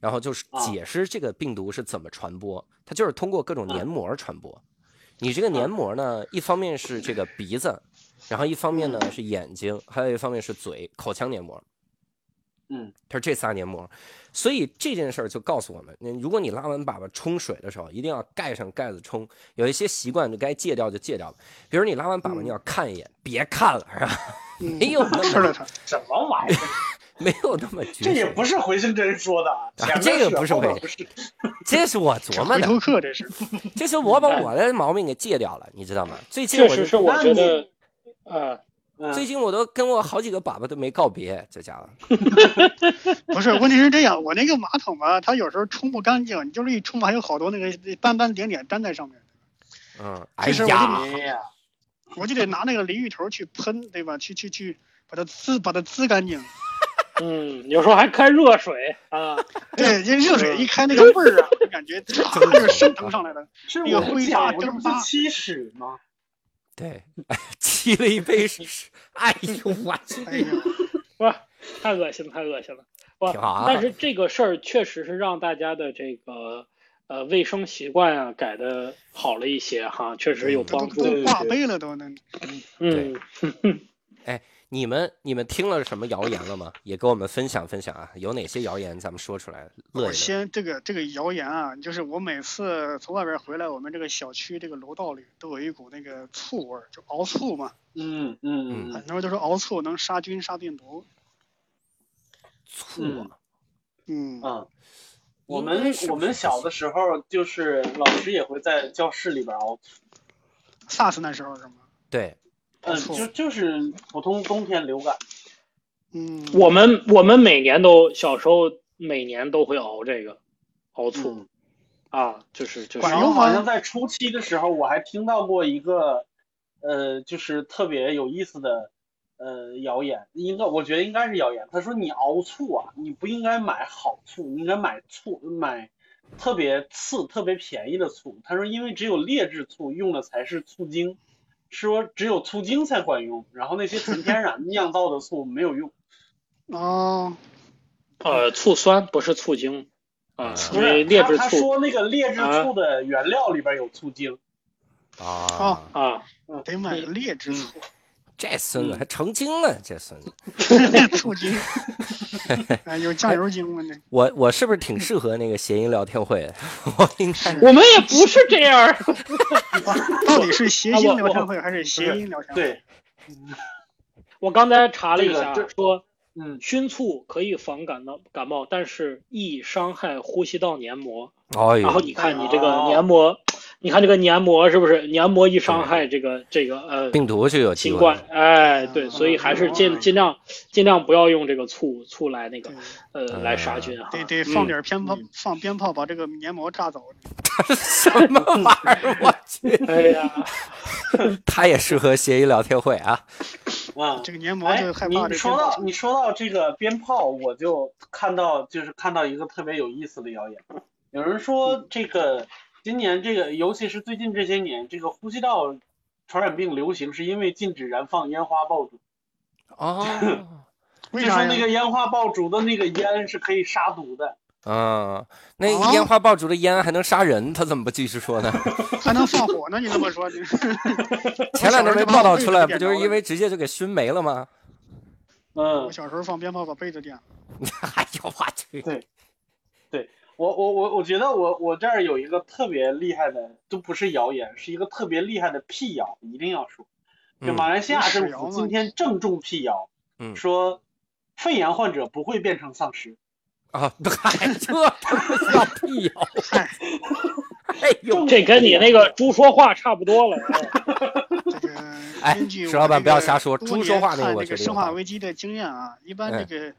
A: 然后就是
B: 啊
A: 解释这个病毒是怎么传播，它就是通过各种
B: 嗯
A: 黏膜传播。你这个黏膜呢，一方面是这个鼻子，然后一方面呢是眼睛，还有一方面是嘴、口腔黏膜。
B: 嗯，
A: 它是这仨黏膜。所以这件事儿就告诉我们，嗯如果你拉完粑粑冲水的时候，一定要盖上盖子冲。有一些习惯就该戒掉就戒掉了，比如你拉完粑
B: 嗯
A: 粑你要看一眼，别看了，是吧？ 没有
C: 吃了它
B: 什么玩意儿？
A: 没有那么绝，
B: 这也不是回形针说的，
A: 啊、这个不
B: 是
A: 回，这是我琢磨的。
C: 回头客这是，
A: 这是我把我的毛病给戒掉了，你知道 吗？最近
D: 确实是我觉得，呃，
B: 嗯
A: 最近我都跟我好几个粑粑都没告别，这家伙。
C: 不是，问题是这样，我那个马桶吧，它有时候冲不干净，你就是一冲吧，还有好多那个斑斑点点粘在上面。
A: 嗯，
C: 这事我
A: 哎
C: 就得，我就得拿那个淋浴头去喷，对吧？去去去，把它滋，把它滋干净。
D: 嗯，有时候还开热水啊，
C: 对，这热水一开那个味儿啊，就感觉啪就是升腾上来了。
B: 是
C: 那个
B: 我
C: 灰
B: 讲的
C: 渣
B: 不
C: 蒸
B: 是
C: 发。
B: 七屎吗？
A: 对，哎沏了一杯水，哎呦 我去，
C: 哎呀，
D: 哇，太恶心了，太恶心了。哇
A: 挺好啊，
D: 但是这个事儿确实是让大家的这个呃卫生习惯啊改的好了一些哈，确
A: 嗯
D: 实有
C: 都
D: 帮助。
C: 都挂杯了都能。
A: 对
D: 嗯，
A: 你们你们听了什么谣言了吗？也给我们分享分享啊，有哪些谣言咱们说出来乐
C: 我
A: 一
B: 嗯
A: 乐。
C: 先这个这个谣言啊，就是我每次从外边回来，我们这个小区这个楼道里都有一股那个醋味儿，就熬醋嘛。
B: 嗯嗯
C: 很
B: 嗯，
C: 多人都说熬醋能杀菌杀病毒。
A: 醋啊，
C: 嗯，
B: 嗯。我
A: 应
B: 们
A: 该是不
B: 我们
A: 是
B: 小的时候，就是老师也会在教室里边哦熬，
C: ，SARS 那时候是吗？
A: 对，
B: 嗯，
C: 错
B: 就就是普通冬天流感，
C: 嗯，
D: 我们我们每年都小时候每年都会熬这个熬醋、
B: 嗯
D: 啊，就是就是
C: 管
B: 然
C: 用
B: 后
C: 吗
B: 好像在初期的时候，我还听到过一个，呃，就是特别有意思的，呃，谣言，应该我觉得应该是谣言。他说你熬醋啊，你不应该买好醋，你应该买醋买特别次、特别便宜的醋。他说因为只有劣质醋用的才是醋精，说只有醋精才管用，然后那些纯天然酿造的醋没有用。
C: 哦，
D: 呃醋酸不是醋精啊，
B: 不
D: 因为
B: 是，
D: 劣
B: 他
D: 质
B: 他
D: 醋
B: 说那个劣质
D: 啊
B: 醋的原料里边有醋精，
A: 啊
C: 哦，
D: 啊，
C: 得买
B: 嗯
C: 劣质醋，
A: 这孙子还成精了，这孙子，
B: 嗯
C: 醋精。哎，有酱油精吗？那
A: 我我是不是挺适合那个谐音聊天会 的？我应该
D: 我们也不是这样儿。
C: 啊到底是谐星聊天会还是谐音聊天会？
B: 对，
D: 我刚才查了一下，
B: 这个这
D: 说
B: 嗯，
D: 熏醋可以防感冒感冒，但是易伤害呼吸道黏膜。
A: 哎
D: 然
A: 呦，
D: 后
B: 哦
D: 你看你这个黏膜，你看这个黏膜是不是？黏膜一伤害，这个这个呃，
A: 病毒就有机
D: 新
A: 会
D: 冠
A: 了，
D: 哎，对，所以还是尽
C: 嗯
D: 尽量尽量不要用这个醋醋来那个
C: 对
D: 呃来杀菌哈。
C: 得得
B: 嗯
C: 放点鞭炮，放鞭炮把这个黏膜炸走。
A: 什么玩意儿？我去，
D: 哎 呀，
A: 他也适合协议聊天会啊。
B: 啊，
C: 这个黏膜
B: 哎
C: 就害
B: 你
C: 怕这
B: 你
C: 个
B: 说
C: 鞭
B: 到
C: 炮。
B: 你说到这个鞭炮，我就看到就是看到一个特别有意思的谣言，有人
C: 嗯
B: 说这个今年这个，尤其是最近这些年，这个呼吸道传染病流行是因为禁止燃放烟花爆竹，
A: 哦，
C: 为
B: 就
C: 啥
B: 说
C: 呀
B: 那个烟花爆竹的那个烟是可以杀毒的。
A: 嗯，那烟花爆竹的烟还能杀人，他怎么不继续 说呢？
C: 还能放火呢？你这么说，你
A: 前两天没报道出来，不就是因为直接就给熏没了吗？
B: 嗯
C: 我，小时候放鞭炮把被子点了。
A: 哎呦我去，
B: 我我我我觉得我我这儿有一个特别厉害的，都不是谣言，是一个特别厉害的辟谣，一定要说。就
A: 嗯
B: 马来西亚政
C: 辟谣
B: 府
C: 吗
B: 今天郑重辟谣，
A: 嗯
B: 说肺炎患者不会变成丧 尸。
A: 啊，嗨，这他妈叫屁谣！哎呦，
D: 这跟你那个猪说话差不 多了。哎
C: 这个
A: 哎
C: 根据我
A: 石老板
C: 这
A: 不要
C: 个
A: 瞎说
C: 多
A: 猪
C: 年
A: 说话那个
C: 看
A: 我
C: 这
A: 觉得
C: 个
A: 有
C: 生化
A: 道理
C: 危机的经验啊，一般
A: 哎
C: 这个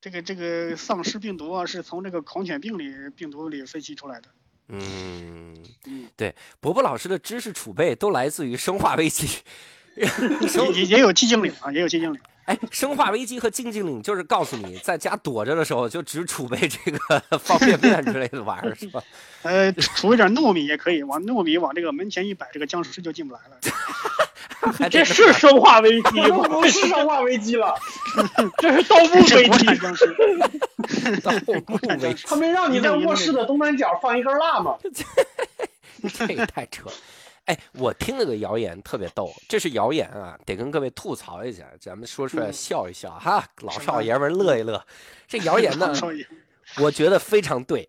C: 这个这个丧尸病毒啊，是从这个狂犬病里病毒里分析出来的。
A: 嗯
B: 嗯，
A: 对，伯伯老师的知识储备都来自于《生化危机》
C: 也
A: 生
C: 也也有寂静岭啊，也有寂静岭。
A: 哎，《生化危机》和《静静岭》就是告诉你，在家躲着的时候就只储备这个方便面之类的玩意儿，是吧？
C: 呃，储备点糯米也可以，往糯米往这个门前一摆，这个僵尸就进不来 了。
A: 还
D: 这
A: 得
D: 是生化危
A: 哎
D: 机
B: 这
D: 吗？
B: 不是生化危 机了，
D: 这是盗墓
C: 这
D: 危
C: 国
D: 机
C: 产。僵尸，
A: 到 目为止，
B: 他没让你在卧室的东南角放一根 蜡吗？
A: 这也太扯。哎，我听了个谣言特别逗，这是谣言啊，得跟各位吐槽一下，咱们说出
C: 嗯
A: 来笑一笑哈，老少爷们儿乐一乐。这谣言 呢，
C: 少爷
A: 我觉得非常对。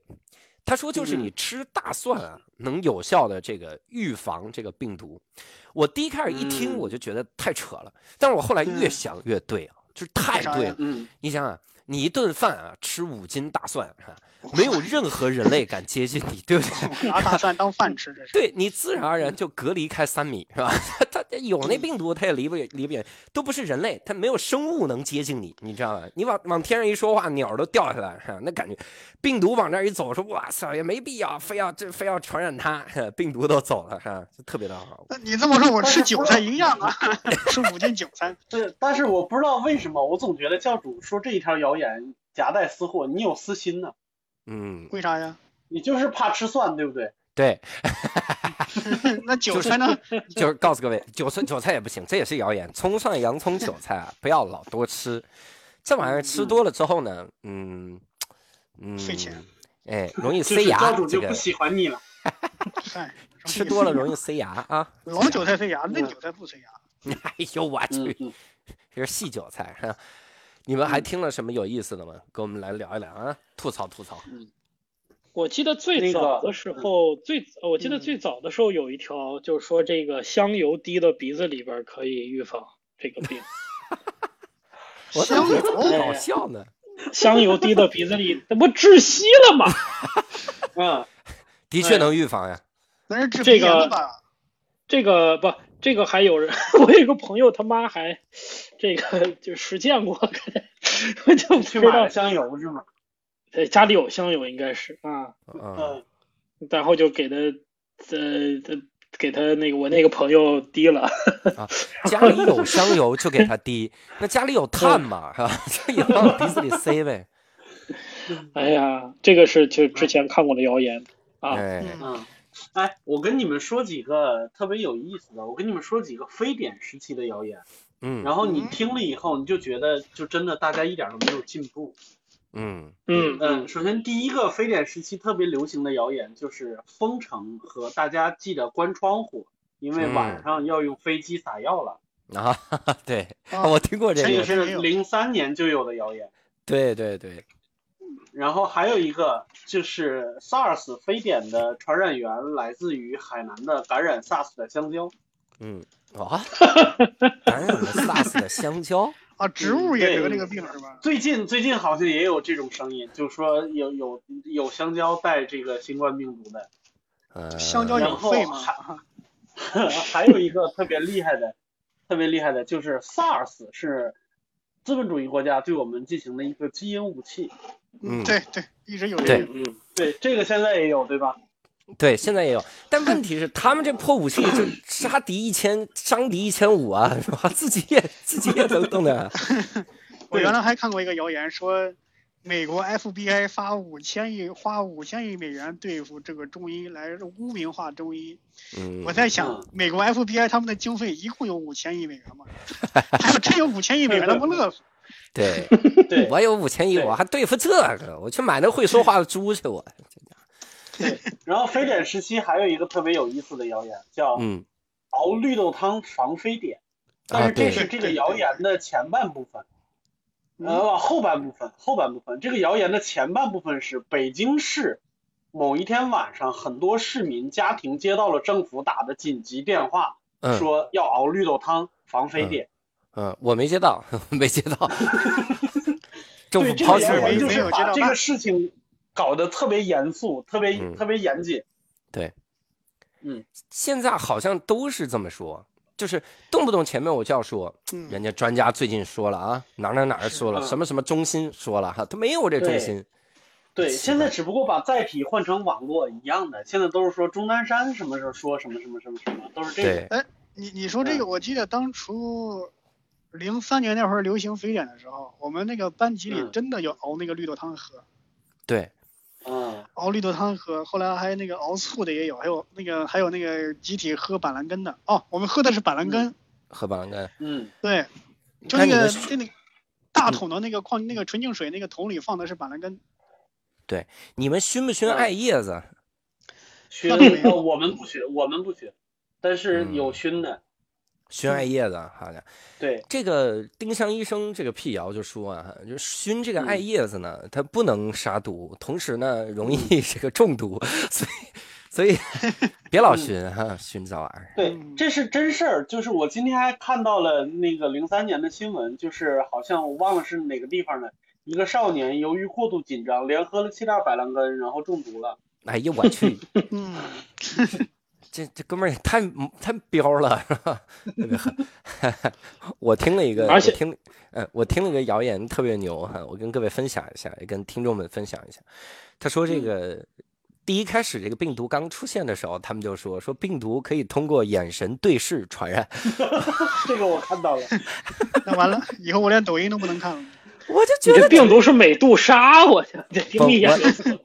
A: 他说就是你吃大蒜啊，能有效的这个预防这个病毒。我第一开始一听
B: 嗯
A: 我就觉得太扯了，但是我后来越
B: 嗯
A: 想越对啊，就是太
C: 啥
A: 对
C: 呀
A: 了。
B: 嗯，
A: 你想想，你一顿饭啊吃五斤大蒜啊，没有任何人类敢接近你，对不对？
C: 拿大蒜当饭吃，这是。
A: 对你自然而然就隔离开三米是吧？ 它它有
B: 嗯
A: 那病毒，它也离不离不远，都不是人类，它没有生物能接近你，你知道吧？你往往天上一说话，鸟儿都掉下来，哈，那感觉病毒往那儿一走，说哇塞，也没必要，非要这非要传染它，哈 病毒都走了，哈，就特别的好。
C: 那你这么说，我吃韭菜营养 啊，吃五斤韭菜。
B: 对，但是我不知道为什么，我总觉得教主说这一条谣言夹带私货，你有私心呢，
A: 嗯，
C: 为啥呀？
B: 你就是怕吃蒜，对不对？
A: 对，
C: 那韭菜呢？
A: 就是告诉各位，韭菜韭菜也不行，这也是谣言。葱蒜、洋葱、韭菜啊，不要老多吃，这玩意儿吃多了之后呢，嗯嗯，
C: 费钱，
A: 哎，容易塞
B: 就是
A: 牙
B: 教主。
A: 这
B: 就
A: 个
B: 不喜 欢你了。
C: 嗨，
A: 吃多了容易塞牙啊。
C: 老韭菜塞牙，嫩韭菜不塞牙。
A: 哎呦我
B: 嗯
A: 去，
B: 嗯，
A: 这是细韭菜哈。你们还听了什么有意思的吗？跟我们来聊一聊啊，吐槽吐槽。
D: 我记得最早的时候，最我
B: 嗯
D: 记得最早的时候有一条，就是说这个香油滴到鼻子里边儿可以预防 这个病。
A: 我怎么觉得
C: 香
A: 这么
D: 油
A: 搞笑 呢？
D: 香油滴到鼻子里，那不窒息了吗？
B: 嗯，
D: 啊
A: 的确能预防呀。
C: 那是治
D: 这
C: 鼻
D: 个
C: 炎的吧？
D: 这个不，这个还有人， 我有一个朋友他妈还这个就实践过， 我就不
B: 去
D: 知
B: 买了
D: 道
B: 香油是吗？
D: 呃家里有香油应该是啊，
A: 嗯，
B: 嗯，
D: 然后就给他呃呃给他那个我那个朋友滴了，
A: 家里有香油就给它滴，那家里有碳嘛，哈，就也往鼻子里塞 呗。
D: 哎呀，这个是就之前看过的谣言啊，
A: 哎，
C: 嗯
B: 嗯，哎，我跟你们说几个特别有意思的，我跟你们说几个非典时期的谣言，然
A: 嗯
B: 后你
C: 嗯
B: 听了以后，你就觉得就真的大家一点都没有进步。
A: 嗯
D: 嗯
B: 嗯，首先第一个非典时期特别流行的谣言就是封城和大家记得关窗户，因为晚上要用飞机撒药了。
A: 啊，哈哈对，
C: 啊
A: 我听过这
B: 这个
A: 个。
B: 是零三年就有的谣言。
A: 对对对，
B: 然后还有一个就是 SARS 非典的传染源来自于海南的感染 SARS 的香蕉。
A: 嗯啊，感 染了 SARS 的香蕉。
C: 啊，植物也得
B: 对
C: 这个病是吧？
B: 最近最近好像也有这种声音，就说有有有香蕉带这个新冠病毒的。
A: 呃，
C: 香蕉
B: 然
C: 有
B: 后
C: 肺嘛，
B: 还有一个特别厉害的，特别厉害的就是 SARS 是资本主义国家对我们进行的一个基因武器。
A: 嗯
C: 对对，一直有这
A: 对
C: 个，
B: 嗯，对，这个现在也有 对吧？
A: 对，现在也有，但问题是他们这破武器 就杀敌一千，伤敌一千五啊，是吧？自己也自己也能弄 的，
C: 我原来还看过一个谣言说，美国 FBI 发五千亿花五千亿美元对付这个中医，来污名化中医。
A: 嗯，
C: 我在想
B: 嗯，
C: 美国 FBI 他们的经费一共有五千亿 美元吗？他要真有五千亿美元，他不乐死。
A: 对，
B: 对，
A: 我有五千亿，我还对付这个，我去买那会说话的猪去，我，
B: 然后非典时期还有一个特别有意思的谣言，叫
A: 嗯，
B: 熬绿豆汤防非典，但
A: 啊，
B: 是这
A: 对，嗯
B: 是这个谣言的前半部分。
C: 嗯
B: 呃，往后半部分，后半部分，这个谣言的前半部分是北京市某一天晚上，很多市民家庭接到了政府打的紧急电话，
A: 嗯
B: 说要熬绿豆汤防非典。
A: 嗯，我没接到， 没接 到，政
C: 嗯
A: 府
B: 对，这
A: 抛
B: 个
A: 弃
B: 谣
A: 我
B: 言
A: 一
B: 就
A: 命
B: 是
C: 我
B: 把
C: 知
B: 这
C: 道
B: 个事情搞得特别严肃，特别、
A: 嗯
B: 特别严谨。嗯
A: 现在好像都是这么说，就是动不动前面我就要说，
C: 嗯
A: 人家专家最近说了啊，哪儿哪儿哪儿说了，
B: 是嗯
A: 什么什么中心说了哈，他没有这中
B: 对
A: 心，
B: 对，
A: 奇
B: 现在
A: 怪
B: 只不过把载体换成网络一样的，现在都是说钟南山什么时候说什么什么什么什么，都是这个。
A: 对，
C: 你你说这个，我记得当初零三年那会儿流行非典的时候，我们那个班级里
B: 嗯
C: 真的有熬那个绿豆汤喝，
A: 对，
B: 嗯，
C: 熬绿豆汤喝，后来还那个熬醋的也有，还有那个还有那个集体喝板蓝根的。哦，我们喝的是板蓝根，
A: 何板蓝根，
B: 嗯，
C: 对，就
A: 那
C: 那
A: 你
C: 个
A: 们
C: 就那个大桶的那个矿那个纯净水那个桶里放的是板蓝根，
A: 你们熏不熏
B: 嗯
A: 艾叶子？
B: 熏
C: 那倒没有
B: 呃我们不熏，我们不熏，但是
A: 嗯
B: 有熏的。
A: 熏艾叶子，好像
B: 对，
A: 这个丁香医生这个辟谣就说啊，就熏这个艾叶子呢，它不能杀毒，同时呢容易这个中毒， 所以所以 别老熏哈，熏这玩意儿，
B: 对
C: 嗯，
B: 这是真事儿。就是我今天还看到了那个零三年的新闻，就是好像我忘了是哪个地方的，一个少年由于过度紧张，连喝了七袋板蓝根，然后中毒了。
A: 哎呀我去，
C: 嗯，
A: 这这哥们儿也太太彪了， 是吧？那个 我听了一个，
D: 而且
A: 我听，呃，我听了一个谣言特别牛哈，我跟各位分享一下，也跟听众们分享一下。他说这个、第一开始这个病毒刚出现的时候，他们就说说病毒可以通过眼神对视传染，
B: 这个我看到了。
C: 那完了，以后我连抖音都不能看了。
A: 我就
D: 你
A: 觉
D: 这
A: 得
D: 病毒是美杜莎，我去，这
A: 不
D: 听你眼睛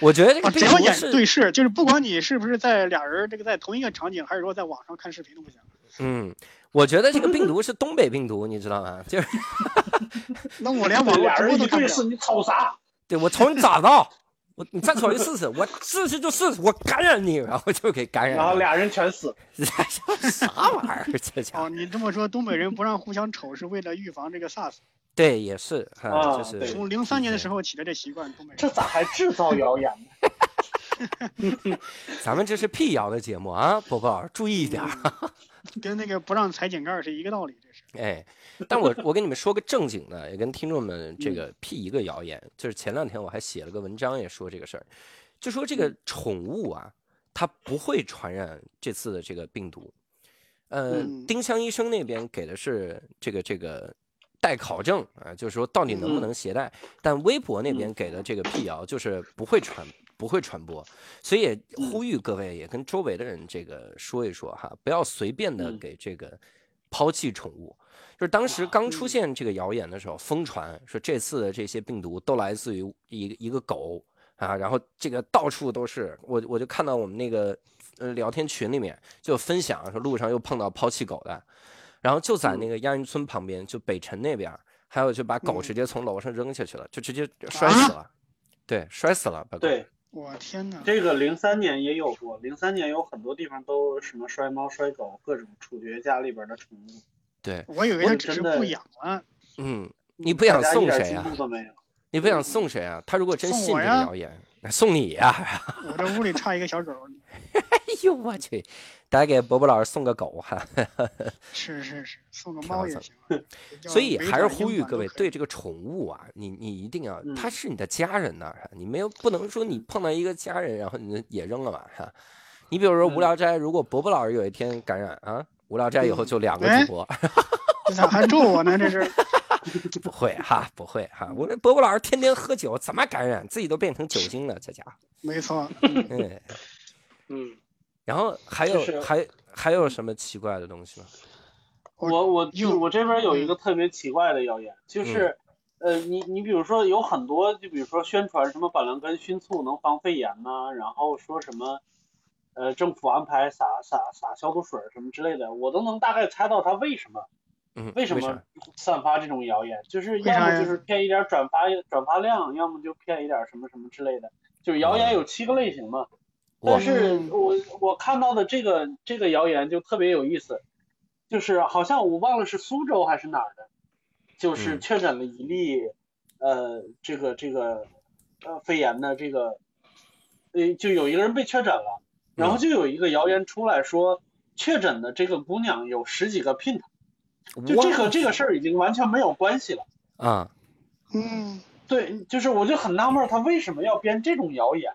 A: 我觉得这
C: 啊，
A: 个
C: 只
A: 病
C: 要
A: 毒
C: 演
A: 是，
C: 对视，就是不管你是不是在俩人这个在同一个场景，还是说在网上看视频都不行。
A: 嗯，我觉得这个病毒是东北病毒，你知道吗？就是
C: 那我连网络
B: 俩
C: 直
B: 人
C: 播
B: 一
C: 都看不
B: 对
C: 了。
B: 视，你瞅啥？
A: 对我瞅你咋到，我你再瞅一试试，我试试就试试，我感染你，然后就给感染
B: 然后
A: 了。
B: 俩人全死。
A: 啥玩意 儿？这家
C: 哦，
A: 伙
C: 你这么说，东北人不让互相瞅是为了预防这个 SARS。
A: 对，也是哈，
B: 啊
A: 就是嗯
B: 对
C: 从零三年的时
A: 候，
C: 候起的这习惯，东北
B: 这
C: 人。
B: 咋还制造谣言 呢？
A: 咱们这是辟谣的节目啊，波波，注意一点儿。
C: 跟那个不让踩井盖是一个道理，这是。
A: 哎，但我我跟你们说个正经的，也跟听众们这个辟一个谣言，就是前两天我还写了个文章，也说这个事儿，就说这个宠物啊，它不会传染这次的这个病毒。呃，
C: 嗯
A: 丁香医生那边给的是这个这个待考证啊、就是说到底能不能携带。但微博那边给的这个辟谣就是不会传，不会传播，所以也
B: 嗯
A: 呼吁各位也跟周围的人这个说一说哈，不要随便的
B: 嗯
A: 给这个抛弃宠物。就是当时刚
B: 嗯
A: 出现这个谣言的时候，疯传说这次的这些病毒都来自于一个一个狗啊，然后这个到处都是，我我就看到我们那个呃聊天群里面就分享说路上又碰到抛弃狗的，然后就
B: 嗯
A: 在那个亚运村旁边，就北辰那边，还有就把狗
B: 嗯
A: 直接从楼上扔下去了，就直接摔死了，对，摔死了，把狗
B: 啊对，
C: 我天哪！
B: 这个零三年也有过，零三年有很多地方都什么摔猫摔狗，各种处决家里边的宠物，
A: 对，
C: 我以为
B: 我
C: 他
B: 是
C: 只是
B: 真的
C: 不养了，
A: 嗯，你不想
B: 大家一
A: 送
B: 点
A: 谁
B: 进
A: 啊
B: 步？都没有。
A: 你不想送谁啊？他如果真
C: 送
A: 信这
C: 我
A: 个
C: 呀
A: 谣言，那送你呀、
C: 我这屋里差一个小狗。
A: 哎呦我去，大家给伯伯老师送个狗哈、
C: 是是是，送个
A: 挺好
C: 猫也
A: 的
C: 行啊。
A: 所以还是呼吁
C: 叫
A: 各位
C: 维
A: 对
C: 转英短都可以
A: 这个宠物啊，你你一定要，
B: 嗯
A: 它是你的家人呐、你没有不能说你碰到一个家人，然后你也扔了吧哈、你比如说无聊斋，如果伯伯老师有一天感染啊，无聊斋以后就两个主播，
C: 这咋还咒我呢？这是
A: 不会哈，不会哈。我那伯伯老师天天喝酒，怎么感染？自己都变成酒精了，这家伙。
C: 没错，
A: 嗯，
D: 嗯，
A: 然后还
B: 就
A: 有
B: 是
A: 还还有什么奇怪的东西吗？
B: 我我
C: 又
B: 我这边有一个特别奇怪的谣言，就是，呃，你你比如说有很多，就比如说宣传什么板蓝根熏醋能防肺炎呐、然后说什么，呃，政府安排洒洒洒消毒水儿什么之类的，我都能大概猜到他为什么
A: 嗯，
B: 为什么
A: 啥？
B: 散发这种谣言，就是
C: 为
B: 要
C: 啥
B: 么
C: 呀
B: 就是骗一点转发转发量，要么就骗一点什么什么之类的，就是谣言有七个类型嘛。
A: 嗯我
B: 但是
C: 嗯
B: 我我看到的这个这个谣言就特别有意思，就是好像我忘了是苏州还是哪儿的，就是
A: 嗯
B: 确诊了一例，呃，这个这个呃肺炎的这个，呃，就有一个人被确诊了，然后
A: 嗯
B: 就有一个谣言出来说，确诊的这个姑娘有十几个 pint，就这个这个事儿已经完全没有关系了。
A: 啊，
C: 嗯，
B: 对，就是我就很纳闷儿，他为什么要编这种谣言？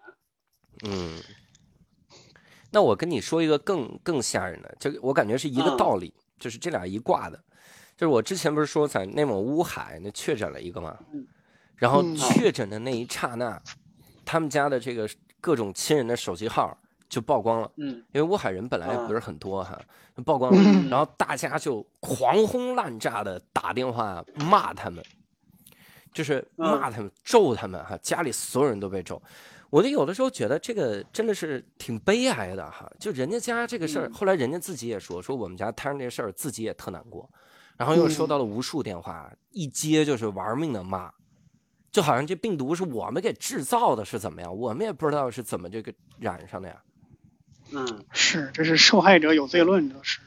A: 嗯。那我跟你说一个更更吓人的，就我感觉是一个
B: 嗯
A: 道理，就是这俩一挂的。就是我之前不是说在内蒙乌海那确诊了一个嘛，然后
C: 嗯
A: 确诊的那一刹那，他们家的这个各种亲人的手机号就曝光了。
B: 嗯
A: 因为乌海人本来也不是很多哈，曝光
C: 嗯
A: 了，然后大家就狂轰滥炸的打电话骂他们，就是
B: 嗯
A: 骂他们、咒他们哈，家里所有人都被咒。我就有的时候觉得这个真的是挺悲哀的哈，就人家家这个事儿，后来人家自己也说，说我们家摊上这事儿自己也特难过，然后又收到了无数电话，一接就是玩命的骂，就好像这病毒是我们给制造的，是怎么样？我们也不知道是怎么这个染上的呀。
B: 嗯。
C: 是，这是受害者有罪论，这是。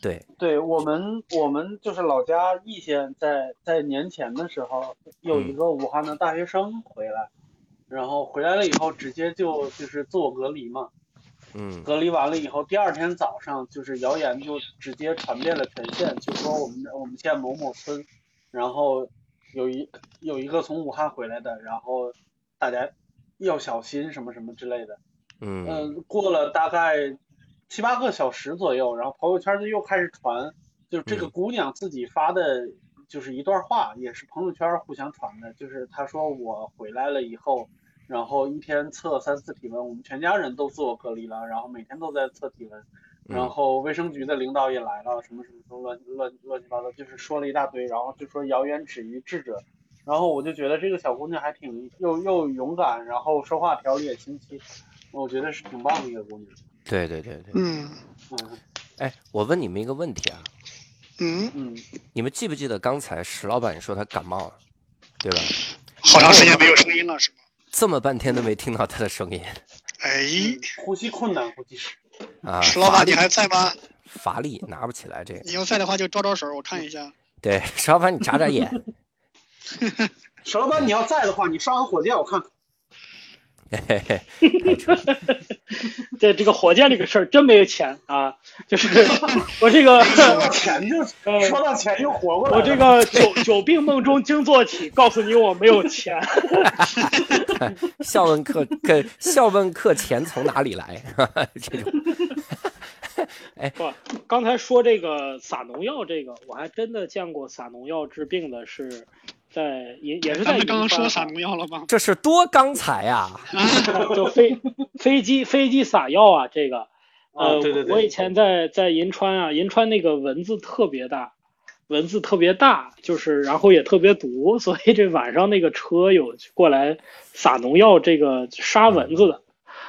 A: 对，
B: 对我们，我们就是老家易县，在在年前的时候，有一个武汉的大学生回来，然后回来了以后，直接就就是自我隔离嘛。
A: 嗯
B: 隔离完了以后，第二天早上就是谣言就直接传遍了全县，就说我们我们县某某村，然后有一有一个从武汉回来的，然后大家要小心什么什么之类的。
A: 嗯
B: 嗯，过了大概七八个小时左右，然后朋友圈就又开始传，就是这个
A: 嗯
B: 姑娘自己发的，就是一段话，也是朋友圈互相传的，就是她说我回来了以后，然后一天测三次体温，我们全家人都自我隔离了，然后每天都在测体温，
A: 嗯
B: 然后卫生局的领导也来了，什么什么什么乱乱乱七八糟，就是说了一大堆，然后就说谣言止于智者。然后我就觉得这个小姑娘还挺又又勇敢，然后说话条理也清晰，我觉得是挺棒的一个姑娘。
A: 对对对对，
C: 嗯
B: 嗯
A: 哎，我问你们一个问题啊，
C: 嗯，
B: 嗯，
A: 你们记不记得刚才石老板说他感冒了，对吧？
C: 好长时间没有声音了，是吗？
A: 这么半天都没听到他的声音
C: 哎，
B: 嗯呼吸困难估计是。
A: 啊！
C: 石老
A: 乏
C: 板，你
A: 力
C: 还在吗？
A: 乏力拿不起来这个，
C: 你要在的话就招招手，我看一下。
A: 对， 石老板你眨眨眼，
B: 石老板，你要在的话，你上个火箭 我看看。
A: 嘿嘿嘿，
D: 这这个火箭这个事儿真没有钱啊，就是 我这个
B: 说到钱就
D: 呃
B: 说到钱又活过来了。
D: 我这个久久病梦中惊坐起，告诉你我没有钱。
A: 笑问客跟笑问客钱从哪里来？ 这种
D: 不，刚才说这个撒农药，这个我还真的见过撒农药治病的是在也也是在
C: 咱
D: 云
C: 们刚
D: 南
C: 刚说撒农药了吗？
A: 这是多刚才啊呀、
D: 就飞飞机飞机撒药啊，这个，呃，
B: 啊，对对对，
D: 我以前在在银川啊，银川那个蚊子特别大，蚊子特别大，就是然后也特别毒，所以这晚上那个车有过来撒农药，这个杀蚊子的。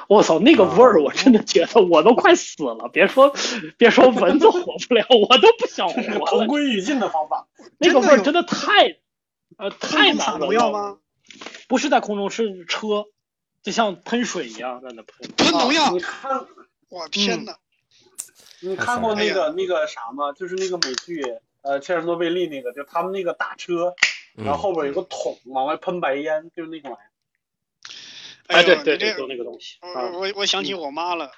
D: 我操，那个味儿，我真的觉得我都快死了。别说别说蚊子活不了，我都不想
B: 这个
D: 活
B: 同
D: 了。
B: 归于尽的方法。
D: 那个味儿
C: 真
D: 真的太，呃，太
C: 撒
D: 难
C: 农
D: 闻
C: 药
D: 了。
C: 吗？
D: 不是在空中，是车，就像喷水一样在那喷。
C: 喷农
B: 啊
C: 药
B: 你！看
C: 哦我天哪！
B: 你看过那个那个啥吗？就是那个美剧。呃，切尔诺贝利那个，就他们那个大车，
A: 嗯
B: 然后后边有个桶往外喷白烟，就是那个玩意儿。
C: 哎呦
D: 对对
C: 你这嗯
D: 对，有那个东西
C: 我
D: 啊。
C: 我我想起我妈了，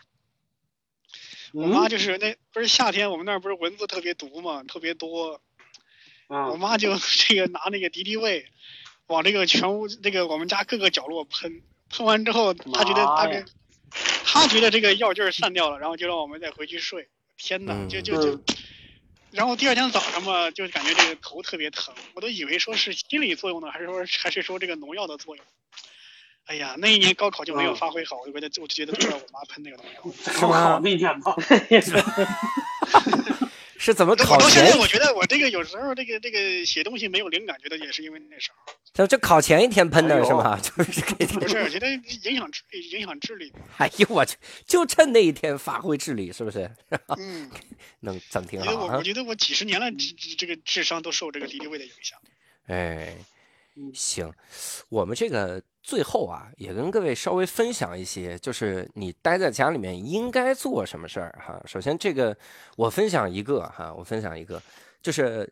C: 我
B: 嗯
C: 妈就是那不是夏天我们那儿不是蚊子特别毒嘛，特别多，
B: 啊
C: 我妈就 这个拿那个敌敌畏，往这个全屋这个我们家各个角落喷，喷完之后她觉得
B: 妈
C: 大
B: 呀
C: 概他觉得这个药劲儿散掉了，然后就让我们再回去睡。天哪，
A: 嗯
C: 就就就，然后第二天早上嘛，就感觉这个头特别疼，我都以为说是心理作用呢，还是说 还是说这个农药的作用。哎呀，那一年高考就没有发挥好，我就觉得我就觉得就是我妈喷那个农药。
B: 高考那 年吧，
A: 是怎么
C: 我
A: 考
C: 到现
A: 前
C: 在？我觉得我这个有时候这个这个写东西没有灵感，觉得也是因为那 时候，
A: 就就考前一天喷
B: 哎
A: 的
B: 呦
A: 是吗？ 就是给
C: 不是，我觉得影响智力，影响智力。
A: 哎呦我去，就趁那一天发挥智力，是不是？
C: 嗯，
A: 能整挺
C: 我觉得
A: 好
C: 哎我
A: 啊
C: 我！觉得我几十年了，这这这个智商都受这个敌敌畏的影响。
A: 哎，行，我们这个最后啊，也跟各位稍微分享一些，就是你待在家里面应该做什么事儿哈。首先，这个我分享一个哈，我分享一个，就是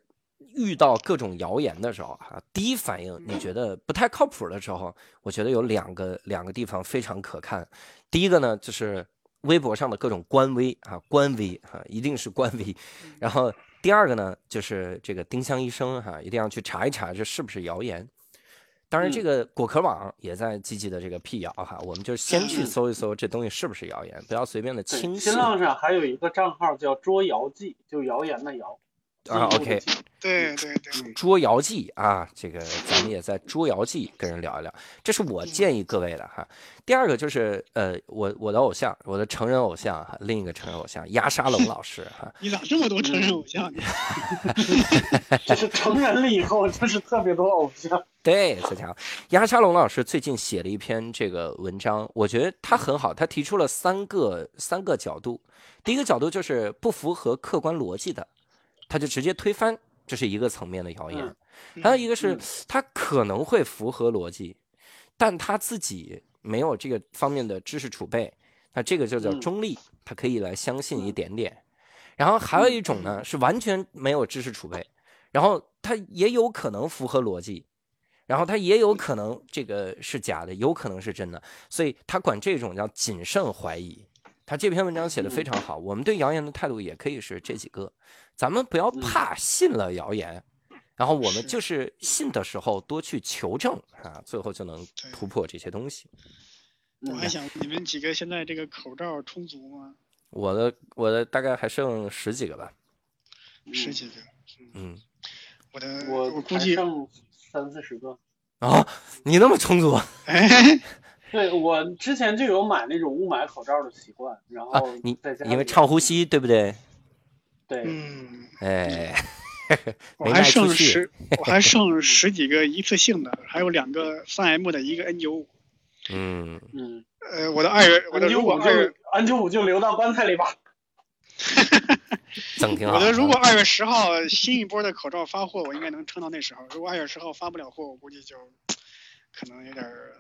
A: 遇到各种谣言的时候哈，第一反应你觉得不太靠谱的时候，我觉得有两个两个地方非常可看。第一个呢，就是微博上的各种官微啊，官微啊，一定是官微。
B: 嗯
A: 然后第二个呢，就是这个丁香医生哈、一定要去查一查这是不是谣言。当然，这
B: 嗯
A: 个果壳网也在积极的这个辟谣哈，我们就先去
B: 嗯
A: 搜一搜这东西是不是谣言，不要随便的
B: 对
A: 轻信
B: 新浪上还有一个账号叫“捉谣记”，就谣言的谣。
A: 啊。
B: 记录的
A: OK，
B: 记
C: 对对对，
A: 捉妖记啊，这个咱们也在捉妖记跟人聊一聊，这是我建议各位的哈。第二个就是呃，我我的偶像，我的成人偶像哈，另一个成人偶像压沙龙老师哈，
C: 你咋这么多成人偶像呢？
B: 就是成人了以后，就是特别多偶像。
A: 对，这家伙，压沙龙老师最近写了一篇这个文章，我觉得他很好，他提出了三个三个角度。第一个角度就是不符合客观逻辑的，他就直接推翻，这是一个层面的谣言
B: 嗯。
A: 还有一个是
B: 嗯
A: 他可能会符合逻辑，但他自己没有这个方面的知识储备，那这个就叫
B: 嗯
A: 中立，他可以来相信一点点。然后还有一种
B: 嗯
A: 呢是完全没有知识储备，然后他也有可能符合逻辑，然后他也有可能这个是假的，有可能是真的，所以他管这种叫谨慎怀疑。他这篇文章写的非常
B: 嗯
A: 好，我们对谣言的态度也可以是这几个，咱们不要
B: 嗯
A: 怕信了谣言，然后我们
C: 是
A: 就是信的时候多去求证啊，最后就能
C: 对
A: 突破这些东西。
B: 嗯
C: 我还想你们几个现在这个口罩充足吗？
A: 我的我的大概还剩十几个吧，
C: 十几个，
A: 嗯，
C: 我的
B: 嗯我
C: 我估
B: 还
C: 计，
B: 剩三四十个。
A: 哦，你那么充足啊？
C: 哎，
B: 对我之前就有买那种雾霾口罩的习惯，然后
A: 啊
D: 哦
A: 你
B: 在家里
A: 因为
D: 嗯
A: 畅呼吸对不对？
B: 对，
C: 嗯，
A: 哎，
C: 我
A: 没
C: 还
A: 卖出
C: 剩
A: 去
C: 十，我还剩十几个一次性的，还有两个三 M 的，一个 N 九五。
A: 嗯，
B: 嗯，
C: 呃，我的二月，我的
B: N 九
C: 如果
B: 五就
C: 二月，
B: N 九五就留到棺材里吧。
A: 整挺好。
C: 我的如果二月十号新一波的口罩发货，我应该能撑到那时候。如果二月十号发不了货，我估计就可能有点儿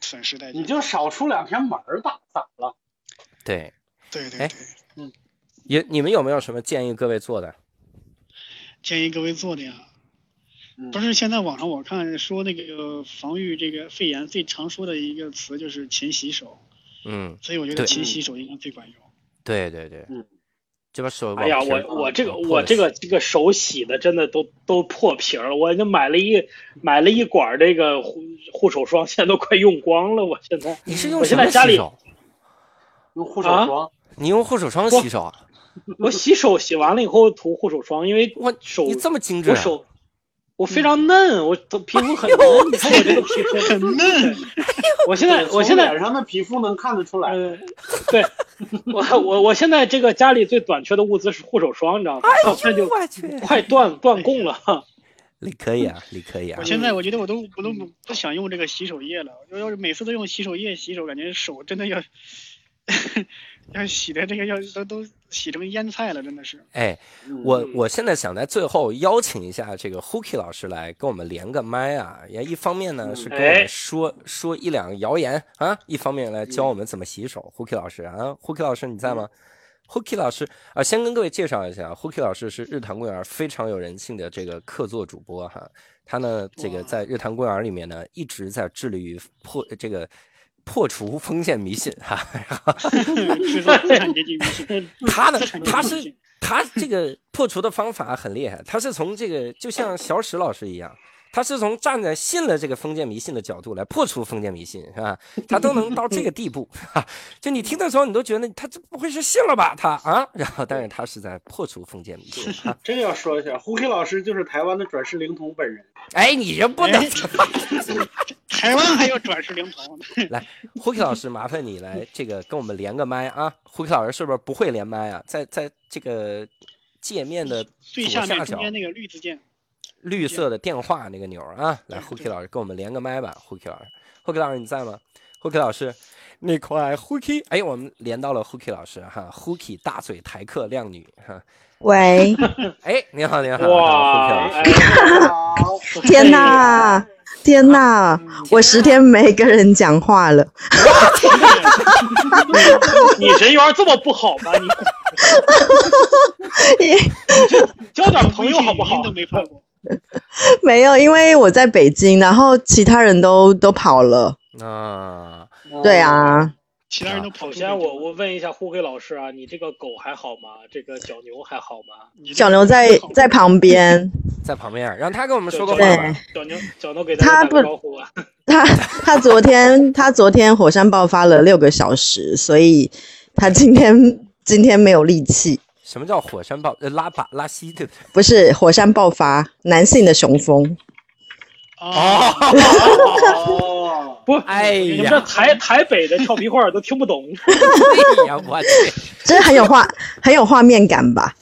C: 损失殆
B: 你
C: 尽。
B: 就少出两天门儿吧，咋了？
A: 对，
C: 对
A: 哎
C: 对对，
A: 有你们有没有什么建议各位做的？
C: 建议各位做的呀。
B: 嗯
C: 不是，现在网上我看说那个防御这个肺炎最常说的一个词就是勤洗手，
A: 嗯，
C: 所以我觉
A: 对
C: 得勤洗手应该最管用。
A: 对对对，
B: 嗯，
A: 就把手往
D: 哎呀，
A: 皮儿
D: 我我这个
A: 往破
D: 我
A: 了
D: 这个
A: 洗
D: 这个手洗的真的都都破皮儿了，我就买了一买了一管儿这个护护手霜，现在都快用光了。我现在
A: 你是用
D: 我
A: 什
D: 现
A: 么
D: 在家
A: 洗
D: 里
A: 手？
B: 用护手
D: 啊
B: 霜。
A: 你用护手霜
D: 我
A: 洗手啊？
D: 我洗手洗完了以后涂护手霜，因为
A: 我
D: 手
A: 你这么精致
D: 我
A: 啊？嗯
D: 手我非常嫩，我都皮肤很
A: 哎呦
D: 嫩，你看我这个皮肤很嫩。我现在我
B: 从
D: 现在
B: 脸上的皮肤能看得
A: 啊
B: 出来，
D: 嗯， 对，我我我现在这个家里最短缺的物资是护手霜，你知道吗？我现在就
A: 哎我去，
D: 快断断 供了。
A: 你可以啊，你可以啊
C: 我，现在我觉得我都我都不想用这个洗手液了，我要是每次都用洗手液洗手，感觉手真的要 要洗的这个要都都洗成腌菜了，真的是。
A: 哎，
B: 嗯
A: 我我现在想在最后邀请一下这个 Hooky 老师来跟我们连个麦啊，也一方面呢
B: 嗯
A: 是跟我
D: 哎
A: 们说说一两个谣言啊，一方面来教我们怎么洗手。Hooky 老师啊，Hooky 老师你在吗？Hooky 老师啊，先跟各位介绍一下，Hooky 老师是日坛公园非常有人性的这个客座主播哈，他呢这个在日坛公园里面呢一直在致力于破这个。破除封建迷信哈，
C: 制作资产阶级迷信，
A: 他呢
C: 嗯资产，阶
A: 他
C: 级迷
A: 是
C: 信
A: 他这个破除的方法很厉害，他是从这个就像小史老师一样，他是从站在信了这个封建迷信的角度来破除封建迷信，是吧？他都能到这个地步， 哈、就你听的时候，你都觉得他这不会是信了吧？他啊， 然后但是他是在破除封建迷信啊。
B: 嗯这个要说一下，胡 K 老师就是台湾的转世灵童 本人。
A: 哎，你这不能
C: 哎台湾还有转世灵童，
A: 来 h o k 老师，麻烦你来这个跟我们连个麦啊 h o k 老师是不是不会连麦啊？在在这个界面的左
C: 最下面
A: 下
C: 中
A: 角
C: 间那个绿字键，
A: 绿色的电话那个钮儿啊，来 h o k
C: 对
A: 老师跟我们连个麦吧 h o k 老师 h o k 老师你在吗 h o k 老师，那块 h o k 哎，我们连到了 h o k 老师哈 h o k 大嘴台客靓女哈，
E: 喂，
A: 哎，你好你好，h o k
D: 哇，
A: 老师，
D: 哎，
B: 好，
E: 天哪，天哪，我十嗯天没跟人讲话了。
D: 你人缘这么不好吗？你 交点朋友好不
C: 微信语
D: 好
C: 音都？没发过。
E: 没有，因为我在北京，然后其他人都都跑了。
A: 啊，
E: 对啊，
C: 其他人都跑
D: 首
C: 出北京
D: 先
C: 了。
D: 我我问一下胡黑老师啊，你这个狗还好吗？这个脚牛还好吗？
C: 你这
E: 小牛在在旁 边，
A: 在旁边让他跟我们说个话
E: 对
A: 吧，
D: 脚牛脚牛给大家打个招呼啊。
E: 他他昨天他昨天火山爆发了六个小时，所以他今天今天没有力气。
A: 什么叫火山爆呃拉粑拉稀对不对？
E: 不是火山爆发，男性的雄风。
C: 哦，
B: 哦，
D: 不，
A: 哎呀
D: 你们这台台北的跳皮话都听不 懂。
A: 哎呀，我去。
E: 这很有画，很有画面感吧？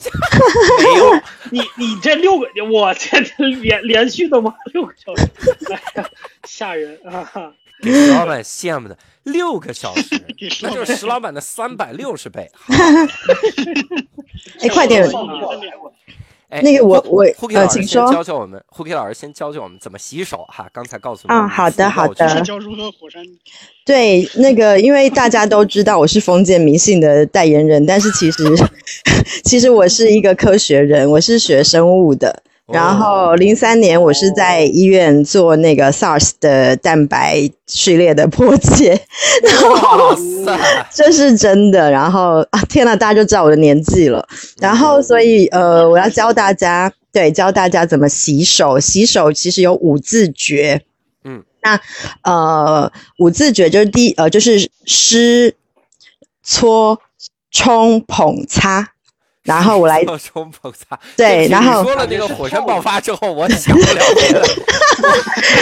D: 没有，你你这六个，我这连连续的吗？六个小时，哎呀，吓人 啊！
A: 给石老板羡慕的六个小时
C: 给，石
A: 那
C: 老板
A: 就是石老板的三百六十倍。
E: 哎，快点，
B: 放不过来我
A: 哎，
E: 那个我我
A: 胡 K
E: 呃
A: 老师
E: 请
A: 先
E: 说
A: 教教我们，胡 K 老师先教教我们怎么洗手哈。刚才告诉我
E: 嗯
A: 们
E: 好的好的
C: 是教如何火山
E: 对，那个，因为大家都知道我是封建迷信的代言人，但是其实， 其实我是一个科学人，我是学生物的。然后零三年我是在医院做那个 SARS 的蛋白序列的破解，
A: 哇 塞，
E: 这是真的。然后啊，天呐，大家就知道我的年纪了。然后，所以呃，我要教大家，对，教大家怎么洗手。洗手其实有五字诀，
A: 嗯，
E: 那呃，五字诀就是第呃，就是湿、搓、冲、捧、擦。然后我来
A: 冲捧擦。
E: 对
A: 你
E: 然后
A: 说了那个火山爆发之后，我想不了 别的。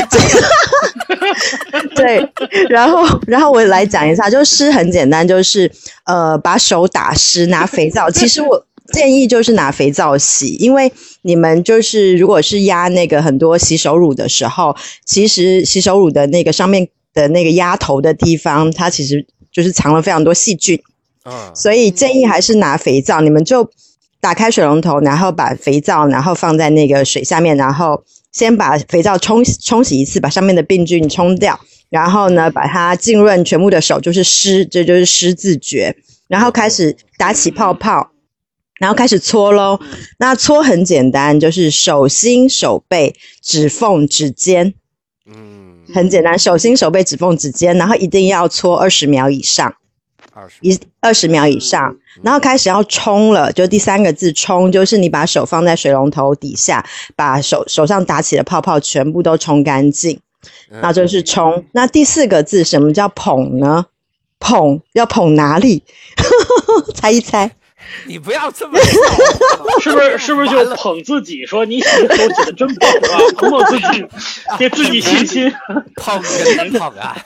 E: 对，然后然后我来讲一下，就是湿很简单，就是呃把手打湿，拿肥皂。其实我建议就是拿肥皂洗，因为你们就是如果是压那个很多洗手乳的时候，其实洗手乳的那个上面的那个压头的地方，它其实就是藏了非常多细菌。
A: 嗯，
E: 所以建议还是拿肥皂，你们就打开水龙头，然后把肥皂，然后放在那个水下面，然后先把肥皂冲冲洗一次，把上面的病菌冲掉，然后呢，把它浸润全部的手，就是湿，这就是湿自觉，然后开始打起泡泡，然后开始搓喽。那搓很简单，就是手心、手背、指缝、指尖，
A: 嗯，
E: 很简单，手心、手背、指缝、指尖，然后一定要搓二十秒以上。
A: 二十。
E: 一二十秒以上，然后开始要冲了，就第三个字冲，就是你把手放在水龙头底下，把手手上打起的泡泡全部都冲干净，那就是冲。那第四个字什么叫捧呢？捧要捧哪里？ 猜一猜，
A: 你不要这么 说，
D: 是不是是不是就捧自己说你洗手洗的真棒啊？捧捧自己，给自己信 心。
A: 捧人的捧 啊！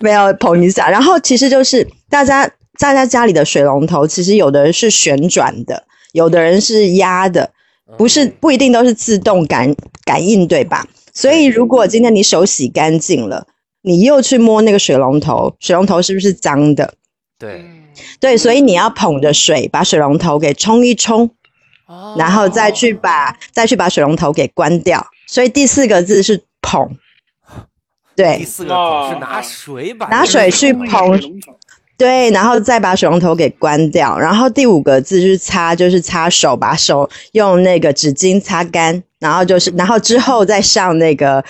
E: 没有捧一下。然后其实就是大家大家家里的水龙头，其实有的人是旋转的，有的人是压的，
A: 嗯
E: 不是不一定都是自动感感应，对吧？所以如果今天你手洗干净了，你又去摸那个水龙头，水龙头是不是脏的？
A: 对，
C: 嗯
E: 对，所以你要捧着水把水龙头给冲一冲，然后再去把再去把水龙头给关掉。所以第四个字是捧，
A: 第
E: 对，
A: 哦
D: 哦
A: 四个是拿水把
E: 拿水去
C: 那个
E: 捧
C: 水龙头
E: 对，然后再把水龙头给关掉。然后第五个字就是擦，就是擦手，把手用那个纸巾擦干，然后就是，然后之后再上那个。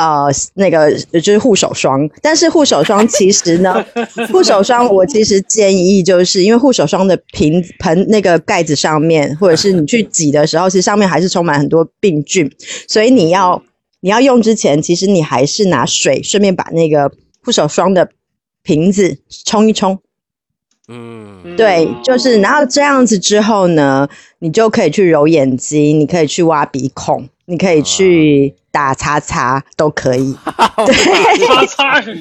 E: 呃，那个就是护手霜，但是护手霜其实呢，护手霜我其实建议就是因为护手霜的瓶盆那个盖子上面，或者是你去挤的时候，其实上面还是充满很多病菌，所以你要你要用之前，其实你还是拿水顺便把那个护手霜的瓶子冲一冲。
A: 嗯，
E: 对，就是然后这样子之后呢，你就可以去揉眼睛，你可以去挖鼻孔，你可以去。打叉叉都可以，
C: 哎
D: 擦擦是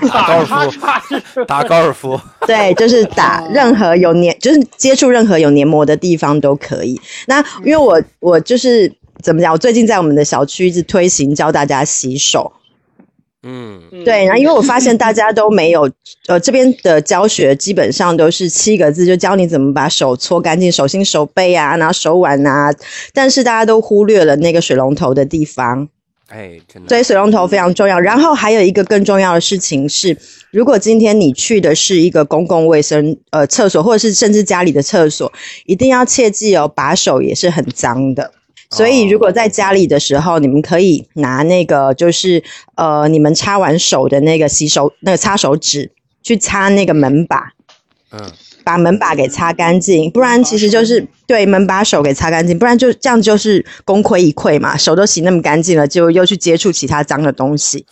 A: 打高
D: 打
A: 尔
D: 叉
A: 夫
D: 叉是
A: 打高尔夫，
E: 对，就是打任何有黏，就是接触任何有黏膜的地方都可以。那因为我我就是怎么讲，我最近在我们的小区一直推行教大家洗手，
A: 嗯
E: 对，然后因为我发现大家都没有，呃，这边的教学基本上都是七个字，就教你怎么把手搓干净，手心、手背啊，然后手腕啊，但是大家都忽略了那个水龙头的地方。
A: 哎，真的，
E: 所以水龙头非常重要。然后还有一个更重要的事情是，如果今天你去的是一个公共卫生呃厕所，或者是甚至家里的厕所，一定要切记哦，把手也是很脏的。所以，如果在家里的时候，你们可以拿那个，就是呃，你们擦完手的那个洗手那个擦手纸去擦那个门把，
A: 嗯，
E: 把门把给擦干净，不然其实就是对门把手给擦干净，不然就这样就是功亏一篑嘛。手都洗那么干净了，就又去接触其他脏的东西，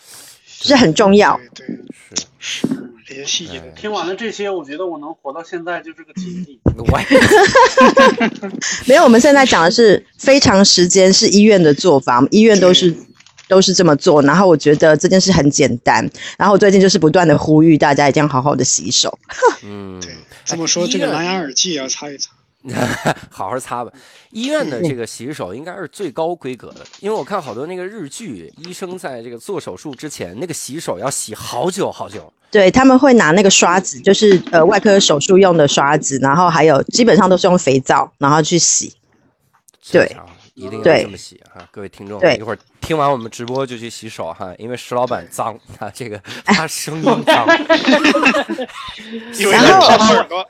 E: 这很重要。
C: 对对，
A: 是，哎
C: 是这些细节。
B: 听完了这些，我觉得我能活到现在就是个奇迹。
A: 我也
E: 没有，我们现在讲的是非常时间，是医院的做法，医院都是
C: 对
E: 都是这么做。然后我觉得这件事很简单，然后我最近就是不断的呼吁大家一定要好好的洗手。
A: 嗯，
C: 对，这么说
A: 哎
C: 这个
A: 医院
C: 蓝牙耳机也要擦一擦。
A: 好好擦吧。医院的这个洗手应该是最高规格的，因为我看好多那个日剧，医生在这个做手术之前，那个洗手要洗好久好久。
E: 对，他们会拿那个刷子，就是呃外科手术用的刷子，然后还有基本上都是用肥皂，然后去洗。对
A: 这样啊，一定要
E: 对
A: 这么洗哈、各位听众，
E: 对
A: 一会儿听完我们直播就去洗手哈、因为石老板脏，他这个
E: 哎
A: 他声音 脏，
C: 因为
E: 然后
C: 他耳朵，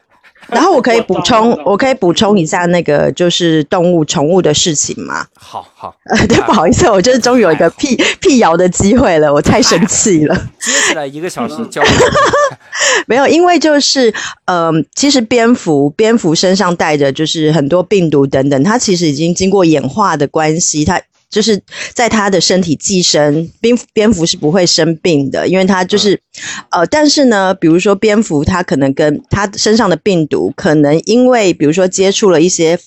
E: 然后我可以
D: 我
E: 补
D: 懂我
E: 充
D: 懂，
E: 我可以补充一下那个就是动物宠物的事情嘛。
A: 好好。
E: 呃，对，不好意思，我就是终于有一个辟辟谣的机会了，我太生气了。
A: 接下来一个小时教我
E: 没有，因为就是，嗯、其实蝙蝠蝙蝠身上带着就是很多病毒等等，它其实已经经过演化的关系，它就是在它的身体寄生，蝙蝠蝙蝠是不会生病的，因为它就是，呃，但是呢，比如说蝙蝠它可能跟它身上的病毒，可能因为比如说接触了一些。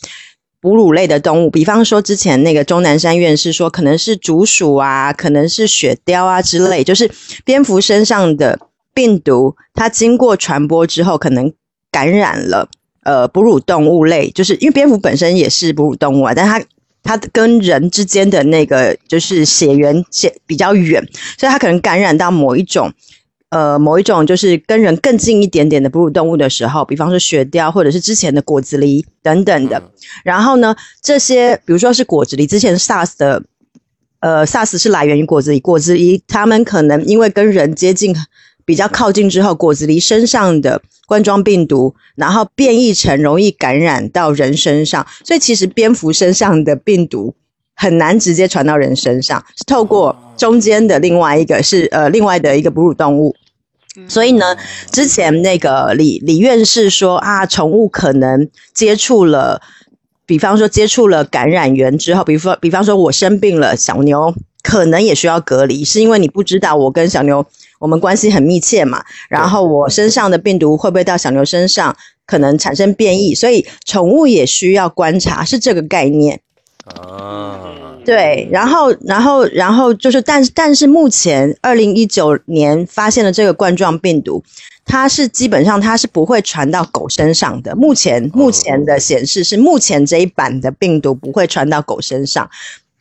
E: 哺乳类的动物，比方说之前那个钟南山院士说，可能是竹鼠啊，可能是雪貂啊之类，就是蝙蝠身上的病毒，它经过传播之后，可能感染了呃哺乳动物类，就是因为蝙蝠本身也是哺乳动物啊，但它它跟人之间的那个就是血缘血比较远，所以它可能感染到某一种。呃，某一种就是跟人更近一点点的哺乳动物的时候，比方说雪貂或者是之前的果子狸等等的，然后呢，这些比如说是果子狸，之前 SARS 的，呃，SARS 是来源于果子狸，果子狸它们可能因为跟人接近比较靠近之后，果子狸身上的冠状病毒，然后变异成容易感染到人身上，所以其实蝙蝠身上的病毒很难直接传到人身上，是透过中间的另外一个是呃另外的一个哺乳动物。所以呢，之前那个李李院士说啊，宠物可能接触了，比方说接触了感染源之后，比方比方说我生病了，小牛可能也需要隔离，是因为你不知道我跟小牛我们关系很密切嘛，然后我身上的病毒会不会到小牛身上，可能产生变异，所以宠物也需要观察，是这个概念。
A: 啊，
E: 嗯对，然后，然后，然后就是，但是，但是目前二零一九年发现的这个冠状病毒，它是基本上它是不会传到狗身上的。目前目前的显示是，目前这一版的病毒不会传到狗身上，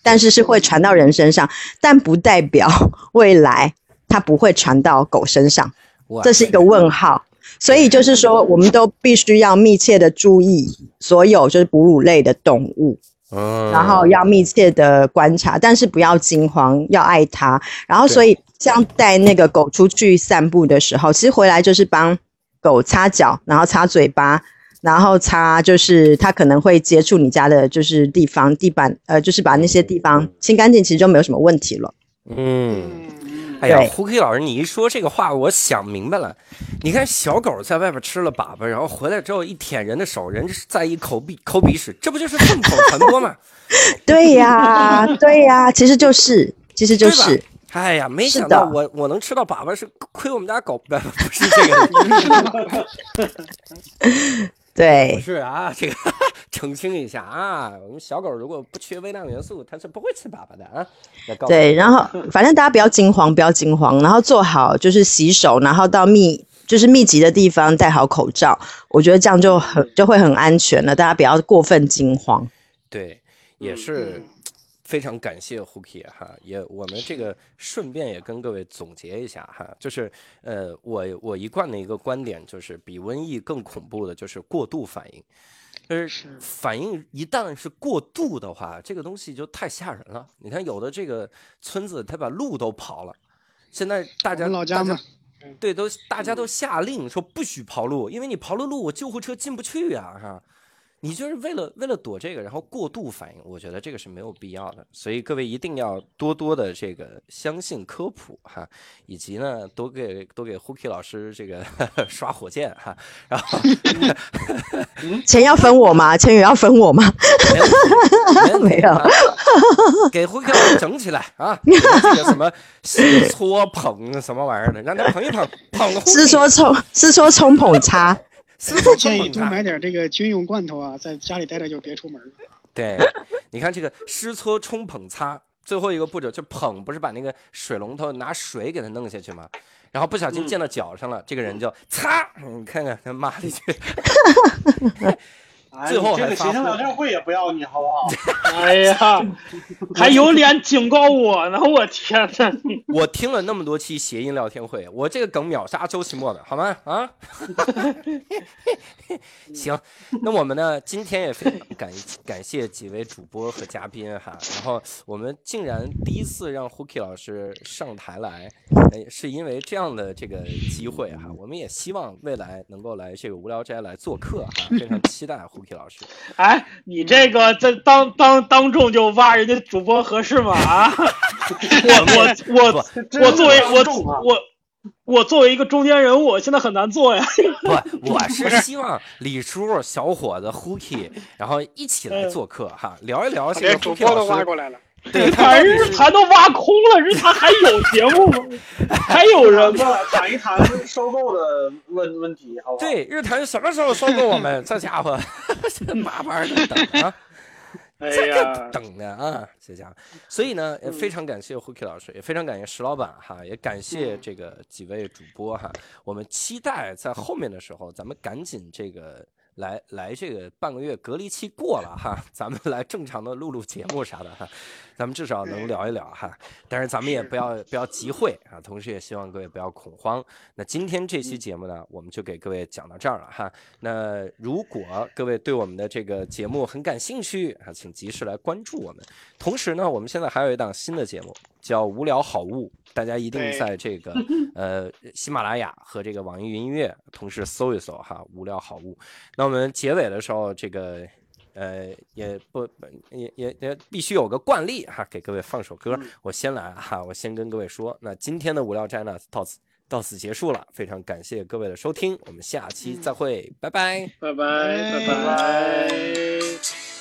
E: 但是是会传到人身上，但不代表 未来它不会传到狗身上，
A: 哇
E: 这是一个问号。所以就是说，我们都必须要密切的注意所有就是哺乳类的动物。
A: 嗯
E: 然后要密切的观察，但是不要惊慌，要爱它。然后，
A: 对
E: 所以像带那个狗出去散步的时候，其实回来就是帮狗擦脚，然后擦嘴巴，然后擦就是它可能会接触你家的就是地方地板，呃，就是把那些地方清干净，其实就没有什么问题了。
A: 嗯，
B: 嗯，
A: 哎呀
E: 对
A: 胡 K 老师，你一说这个话，我想明白了。你看小狗在外边吃了粑粑，然后回来之后一舔人的手，人再一口鼻抠鼻屎，这不就是粪口传播吗？
E: 对呀，对呀，其实就是，其实 就
A: 对吧
E: 是，
A: 哎呀，没
E: 是
A: 想到
E: 的
A: 我我能吃到粑粑是亏我们家狗，不不是这个，不
E: 对，
A: 是啊，这个澄清一下啊，我们小狗如果不缺微量元素，它是不会吃粑粑的啊。那告诉
E: 对，
A: 你
E: 然后反正大家不要惊慌，不要惊慌，然后做好就是洗手，然后到密就是密集的地方戴好口罩，我觉得这样就很
A: 嗯
E: 就会很安全了，大家不要过分惊慌。
A: 对，也是非常感谢胡 k 哈，也我们这个顺便也跟各位总结一下哈，就是呃，我我一贯的一个观点就是，比瘟疫更恐怖的就是过度反应，就是
C: 是
A: 反应一旦是过度的话，这个东西就太吓人了。你看有的这个村子，他把路都刨了，现在大
C: 我
A: 家
C: 们老
A: 大
C: 家
A: 家
C: 嘛，
A: 对，都大家都下令说不许刨路，因为你刨了路，我救护车进不去啊，哈。你就是为了为了躲这个，然后过度反应，我觉得这个是没有必要的。所以各位一定要多多的这个相信科普哈，以及呢多给多给 Huki 老师这个 刷火箭哈，然 后
E: 钱要分我吗？钱也要分我吗？
A: 没问题，问题
E: 没有
A: 啊给胡克整起来啊！给他这个什 么是搓捧什么玩意儿的，让他捧一捧，捧个胡
E: 是说冲是说冲捧叉，
A: 是搓
C: 建议
A: 捧
C: 多
A: 他。
C: 买点这个军用罐头啊，在家里待着就别出门了。
A: 对，你看这个湿搓冲捧擦，最后一个步骤就捧，不是把那个水龙头拿水给它弄下去吗？然后不小心溅到脚上了，这个人就擦，你看看他妈的去，
B: 哎
A: 最后
B: 这
A: 还
B: 个
A: 发
B: 形象
A: 疯
B: 聊天会也不要你好不好？
D: 哎 呀，还有脸警告我呢！我天哪！
A: 我听了那么多期谐音聊天会，我这个梗秒杀周奇墨的，好吗？啊，行，那我们呢，今天也非常感感谢几位主播和嘉宾哈，然后我们竟然第一次让 Huki 老师上台来，哎，是因为这样的这个机会哈，我们也希望未来能够来这个无聊斋来做客哈，非常期待 Huki 老师。
D: 哎，你这个这当当当众就挖人家主播合适吗？啊，我我我
B: 真
D: 我作为
B: 是
D: 我
B: 重啊
D: 我我作为一个中间人物，我现在很 难做呀。
A: 不，我是希望李叔、小伙子、Huki，然后一起来做客哈，聊一聊这个
C: 连主
A: Huki
C: 播
A: 老
C: 都
A: 师
C: 挖过来了，
A: 对，他
D: 把
A: 到底
D: 日
A: 是
D: 坛都挖空了，日坛还有节目吗？还有人
B: 过
D: 吗？
B: 来谈一谈收购的问问题，好不好？
A: 对日坛什么时候收购我们？这家伙，这麻烦的等啊，
D: 哎
A: 这
D: 呀
A: 个，等着啊，这家伙。所以呢，呃非常感谢 Huki 老师，也非常感谢石老板哈，也感谢这个几位主播哈。我们期待在后面的时候，咱们赶紧这个。来来，这个半个月隔离期过了哈，咱们来正常的录录节目啥的哈，咱们至少能聊一聊哈。但是咱们也不要不要集会啊，同时也希望各位不要恐慌。那今天这期节目呢，我们就给各位讲到这儿了哈。那如果各位对我们的这个节目很感兴趣啊，请及时来关注我们。同时呢，我们现在还有一档新的节目叫《无聊好物》，大家一定
C: 对
A: 在这个呃喜马拉雅和这个网易云音乐同时搜一搜哈，《无聊好物》。那我们结尾的时候，这个呃，也不不也也也必须有个惯例哈，给各位放首歌。我先来哈，我先跟各位说，那今天的无聊斋呢，到此到此结束了，非常感谢各位的收听，我们下期再会，拜拜。
D: 拜拜拜
C: 拜
D: 拜。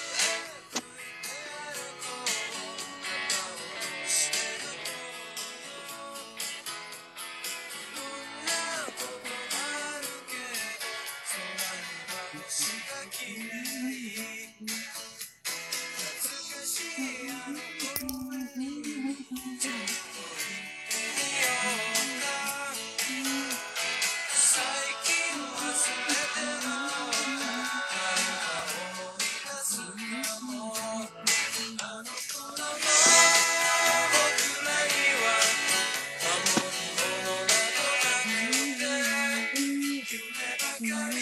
F: 夢ばかり